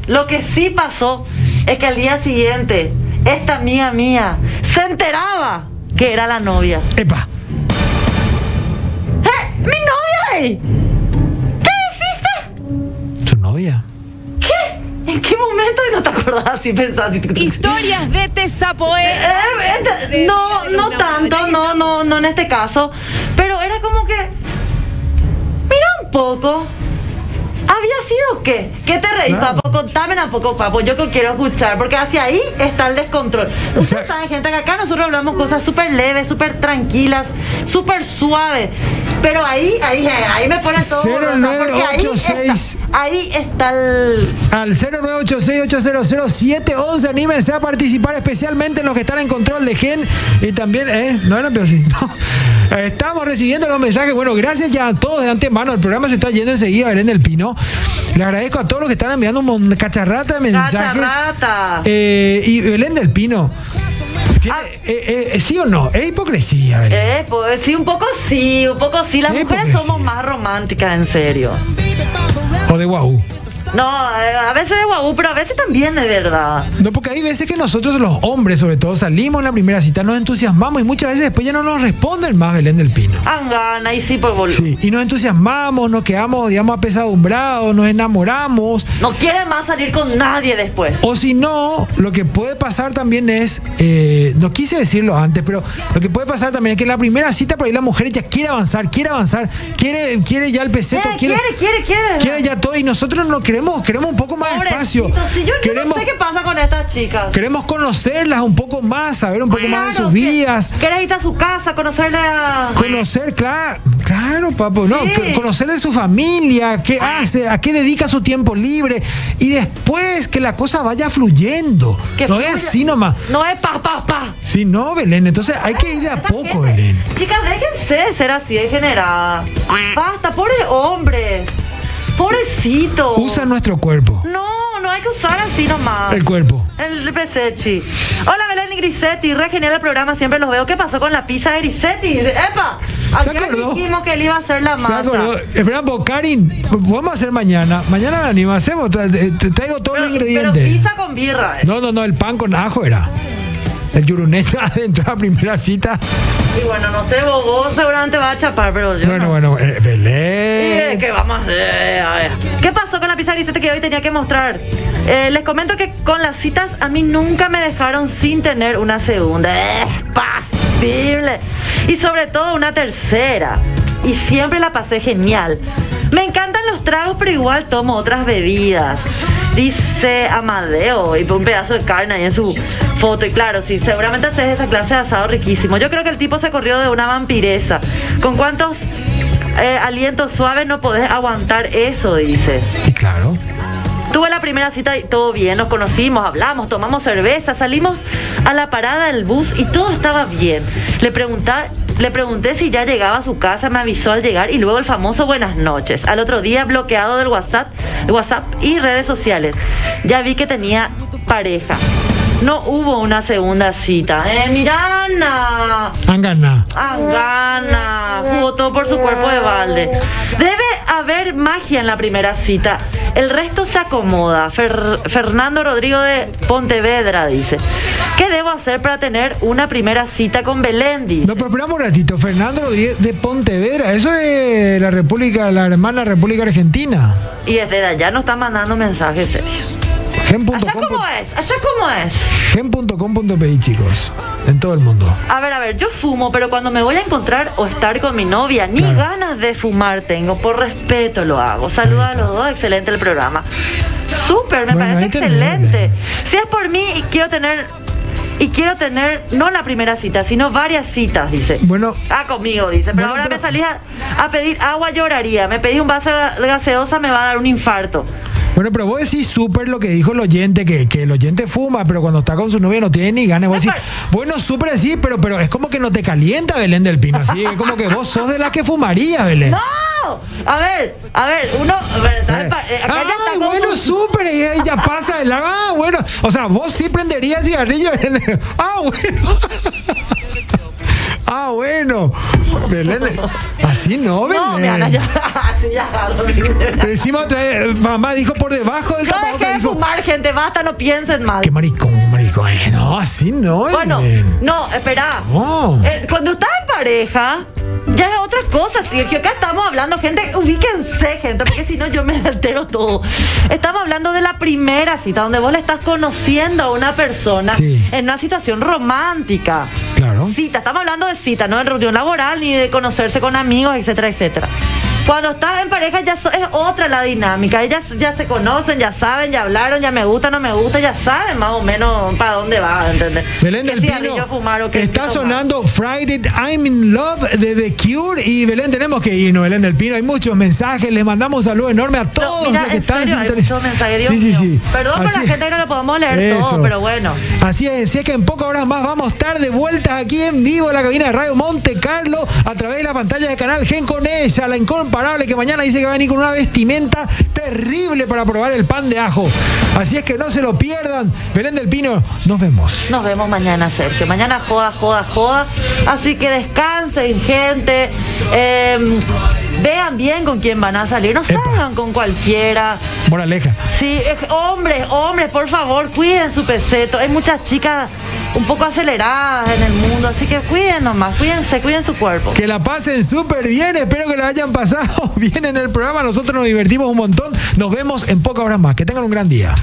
Speaker 2: lo que sí pasó es que al día siguiente, esta mía mía se enteraba que era la novia.
Speaker 1: Epa,
Speaker 2: ¡Eh! ¡Mi novia! ey!
Speaker 1: su novia.
Speaker 2: ¿Qué? ¿En qué momento? Y no te acordabas y pensabas. y-
Speaker 5: Historias de
Speaker 2: Eh,
Speaker 5: Tezapoé.
Speaker 2: eh, no, no tanto, no, no, no en este caso. Pero era como que. Mira un poco. ¿Había sido qué? ¿Qué te reís,
Speaker 1: Claro.
Speaker 2: papo? Contame un poco, papo. Yo que quiero escuchar, porque hacia ahí está el descontrol. Ustedes
Speaker 1: sea-
Speaker 2: saben, gente, que acá nosotros hablamos cosas súper leves, súper tranquilas, súper suaves. Pero ahí, ahí, ahí me pone todo. borrosa, porque ahí está-
Speaker 1: 0986.
Speaker 2: Ahí está el.
Speaker 1: Al 0986-800-711, anímense a participar especialmente en los que están en control de Gen. Y también, eh, no era peor, sí. No. Estamos recibiendo los mensajes. Bueno, gracias ya a todos de antemano. El programa se está yendo enseguida, Belén del Pino. Le agradezco a todos los que están enviando un mon- cacharrata de mensajes.
Speaker 2: Cacharrata.
Speaker 1: Eh, y Belén del Pino. tiene- eh, eh, ¿Sí o no? Es hipocresía, Belén.
Speaker 2: Eh, pues sí, un poco sí, un poco sí. Las
Speaker 1: Eh,
Speaker 2: mujeres
Speaker 1: porque
Speaker 2: somos
Speaker 1: sí.
Speaker 2: más románticas, en serio.
Speaker 1: O de guau.
Speaker 2: No, eh, a veces es guau, pero a veces también es verdad.
Speaker 1: No, porque hay veces que nosotros los hombres, sobre todo, salimos en la primera cita, nos entusiasmamos y muchas veces después ya no nos responden más Belén del Pino.
Speaker 2: Angana y sí pues, por boludo.
Speaker 1: Sí, y nos entusiasmamos, nos quedamos, digamos, apesadumbrados, nos enamoramos.
Speaker 2: No quiere más salir con nadie después.
Speaker 1: O si no, lo que puede pasar también es, eh, no quise decirlo antes, pero lo que puede pasar también es que en la primera cita por ahí la mujer ya quiere avanzar, quiere avanzar, quiere, quiere ya el
Speaker 2: Eh,
Speaker 1: peseto,
Speaker 2: quiere,
Speaker 1: quiere,
Speaker 2: quiere, quiere.
Speaker 1: quiere ya todo y nosotros no queremos, queremos un poco más de espacio.
Speaker 2: Pobrecito, sí, yo, yo
Speaker 1: queremos,
Speaker 2: no sé qué pasa con estas chicas.
Speaker 1: queremos conocerlas un poco más, saber un poco más de
Speaker 2: Claro,
Speaker 1: sus vidas.
Speaker 2: que- Querés ir a su casa, conocerle a...
Speaker 1: Conocer, claro, claro, papo, no,
Speaker 2: Sí.
Speaker 1: c- conocer de su familia, qué hace, a qué dedica su tiempo libre y después que la cosa vaya fluyendo.
Speaker 2: Que
Speaker 1: no
Speaker 2: fluya.
Speaker 1: es así nomás.
Speaker 2: No es pa, pa, pa.
Speaker 1: Sí, no, Belén, entonces hay que ir de a
Speaker 2: Esta
Speaker 1: poco,
Speaker 2: gente-
Speaker 1: Belén.
Speaker 2: Chicas, déjense de ser así degenerada. Basta, pobres hombres. Pobrecito.
Speaker 1: Usa nuestro cuerpo,
Speaker 2: No, no hay que usar así nomás.
Speaker 1: el cuerpo.
Speaker 2: El Pesechi. Hola, Belén y Grisetti. Re genial el programa, siempre los veo. ¿Qué pasó con la pizza de Grisetti? Dice, ¡Epa!
Speaker 1: ¿Se
Speaker 2: Ayer
Speaker 1: acordó?
Speaker 2: dijimos que él iba a hacer la
Speaker 1: Se
Speaker 2: masa.
Speaker 1: acordó. Espera un poco, Karin, vamos a hacer mañana. Mañana me animo, hacemos. Tra- te- te traigo todos
Speaker 2: Pero,
Speaker 1: los
Speaker 2: pero
Speaker 1: ingredientes.
Speaker 2: pizza con birra. eh.
Speaker 1: No, no, no, el pan con ajo era. El yuruneta de entrada a primera cita.
Speaker 2: Y bueno, no sé, vos, vos seguramente vas a chapar, pero yo.
Speaker 1: Bueno,
Speaker 2: no.
Speaker 1: bueno, eh,
Speaker 2: Eh,
Speaker 1: Belén.
Speaker 2: ¿Qué vamos a hacer? A ver. ¿Qué pasó con la pizza grisete que hoy tenía que mostrar? Eh, les comento que con las citas a mí nunca me dejaron sin tener una segunda. Es pasible. Y sobre todo una tercera. Y siempre la pasé genial. Me encantan los tragos, pero igual tomo otras bebidas. Dice Amadeo y pone un pedazo de carne ahí en su foto. Y claro, sí, seguramente haces esa clase de asado riquísimo. Yo creo que el tipo se corrió de una vampiresa. ¿Con cuántos eh, aliento suave, no podés aguantar eso, dices.
Speaker 1: Y claro.
Speaker 2: Tuve la primera cita y todo bien, nos conocimos, hablamos, tomamos cerveza, salimos a la parada del bus y todo estaba bien. Le pregunta- le pregunté si ya llegaba a su casa, me avisó al llegar y luego el famoso buenas noches. Al otro día bloqueado del WhatsApp, WhatsApp y redes sociales. Ya vi que tenía pareja. No hubo una segunda cita. Eh, Mirana.
Speaker 1: Han ganado.
Speaker 2: Angana jugó todo por su cuerpo de balde. Debe haber magia en la primera cita. El resto se acomoda. Fer- Fernando Rodrigo de Pontevedra dice: ¿Qué debo hacer para tener una primera cita con Belén? Dice.
Speaker 1: No, pero esperamos un ratito. Fernando Rodríguez de Pontevedra. Eso es la República, la hermana República Argentina.
Speaker 2: Y desde allá nos está mandando mensajes. serios. ¿Allá cómo
Speaker 1: Gen.com.py,
Speaker 2: es? ¿Allá cómo es?
Speaker 1: chicos. En todo el mundo.
Speaker 2: A ver, a ver, yo fumo, pero cuando me voy a encontrar o estar con mi novia, ni
Speaker 1: Claro.
Speaker 2: ganas de fumar tengo, por respeto lo hago. Saluda a los dos, excelente el programa. Súper, me
Speaker 1: Bueno, ahí
Speaker 2: parece
Speaker 1: tenés,
Speaker 2: excelente.
Speaker 1: Belén.
Speaker 2: Si es por mí y quiero tener y quiero tener no la primera cita, sino varias citas, dice.
Speaker 1: Bueno.
Speaker 2: Ah, conmigo, dice. Pero
Speaker 1: Bueno,
Speaker 2: ahora
Speaker 1: pero-
Speaker 2: me salís a, a pedir agua, lloraría. Me pedí un vaso de ga- de gaseosa, me va a dar un infarto.
Speaker 1: Bueno, pero vos decís súper lo que dijo el oyente, que, que el oyente fuma, pero cuando está con su novia no tiene ni ganas. Vos decís, bueno, súper sí, pero, pero es como que no te calienta Belén del Pino, así es como que vos sos de la que fumaría, Belén.
Speaker 2: ¡No! ¡Oh! A ver, a ver, uno. A ver, está-
Speaker 1: Eh,
Speaker 2: eh, acá ya está
Speaker 1: Ay,
Speaker 2: con
Speaker 1: bueno,
Speaker 2: su-
Speaker 1: súper, y ahí ya pasa el ah, bueno. O sea, vos sí prenderías el cigarrillo. Belén. Ah, bueno. Ah, bueno. Belén, así no, Belén.
Speaker 2: No, me van a llorar. Así ya agarro mi libro.
Speaker 1: Pero encima otra vez, mamá dijo por debajo del
Speaker 2: Yo dejé
Speaker 1: tapabocas,
Speaker 2: de
Speaker 1: dijo,
Speaker 2: fumar, gente, basta, no piensen mal.
Speaker 1: Qué maricón, qué maricón. Eh, No, así no.
Speaker 2: Bueno,
Speaker 1: Belén.
Speaker 2: no, espera.
Speaker 1: No.
Speaker 2: Eh, cuando estás en pareja, ya es otra cosa, Sergio. Acá estamos hablando, gente, ubíquense, gente, porque si no yo me altero todo. Estamos hablando de la primera cita, donde vos le estás conociendo a una persona
Speaker 1: Sí.
Speaker 2: en una situación romántica.
Speaker 1: Claro.
Speaker 2: Cita, estamos hablando de cita, no de reunión laboral, ni de conocerse con amigos, etcétera, etcétera. Cuando estás en pareja ya so- es otra la dinámica, ellas ya se conocen, ya saben, ya hablaron, ya me gusta, no me gusta, ya saben más o menos para dónde va, ¿entendés?
Speaker 1: Belén
Speaker 2: ¿Qué
Speaker 1: del
Speaker 2: cigarrillo
Speaker 1: Pino.
Speaker 2: fumar o qué
Speaker 1: está
Speaker 2: tomar?
Speaker 1: sonando Friday I'm in Love de The Cure. Y Belén, tenemos que irnos, Belén del Pino. Hay muchos mensajes. Les mandamos un saludo enorme a
Speaker 2: No,
Speaker 1: todos
Speaker 2: mira,
Speaker 1: los que
Speaker 2: en
Speaker 1: están
Speaker 2: serio, hay
Speaker 1: sintonizados.
Speaker 2: muchos mensajes, Dios
Speaker 1: Sí, sí,
Speaker 2: mío.
Speaker 1: sí.
Speaker 2: Perdón por
Speaker 1: Así
Speaker 2: la
Speaker 1: es.
Speaker 2: gente que no lo podemos leer
Speaker 1: Eso.
Speaker 2: todo, pero bueno.
Speaker 1: Así es, así es que en pocas horas más vamos a estar de vuelta aquí en vivo en la cabina de Radio Monte Carlo a través de la pantalla de canal Gen con ella, la incomparable que mañana dice que va a venir con una vestimenta terrible para probar el pan de ajo. Así es que no se lo pierdan. Belén del Pino, nos vemos.
Speaker 2: Nos vemos mañana, Sergio. Mañana joda, joda, joda. Así que descansen, gente. Eh, vean bien con quién van a salir. No
Speaker 1: Epa.
Speaker 2: salgan con cualquiera.
Speaker 1: Moraleja.
Speaker 2: Sí, eh, hombres, hombres, por favor, cuiden su peseto. Hay muchas chicas un poco aceleradas en el mundo, así que cuiden nomás, cuídense, cuiden su cuerpo.
Speaker 1: Que la pasen súper bien, espero que la hayan pasado bien en el programa. Nosotros nos divertimos un montón. Nos vemos en pocas horas más. Que tengan un gran día.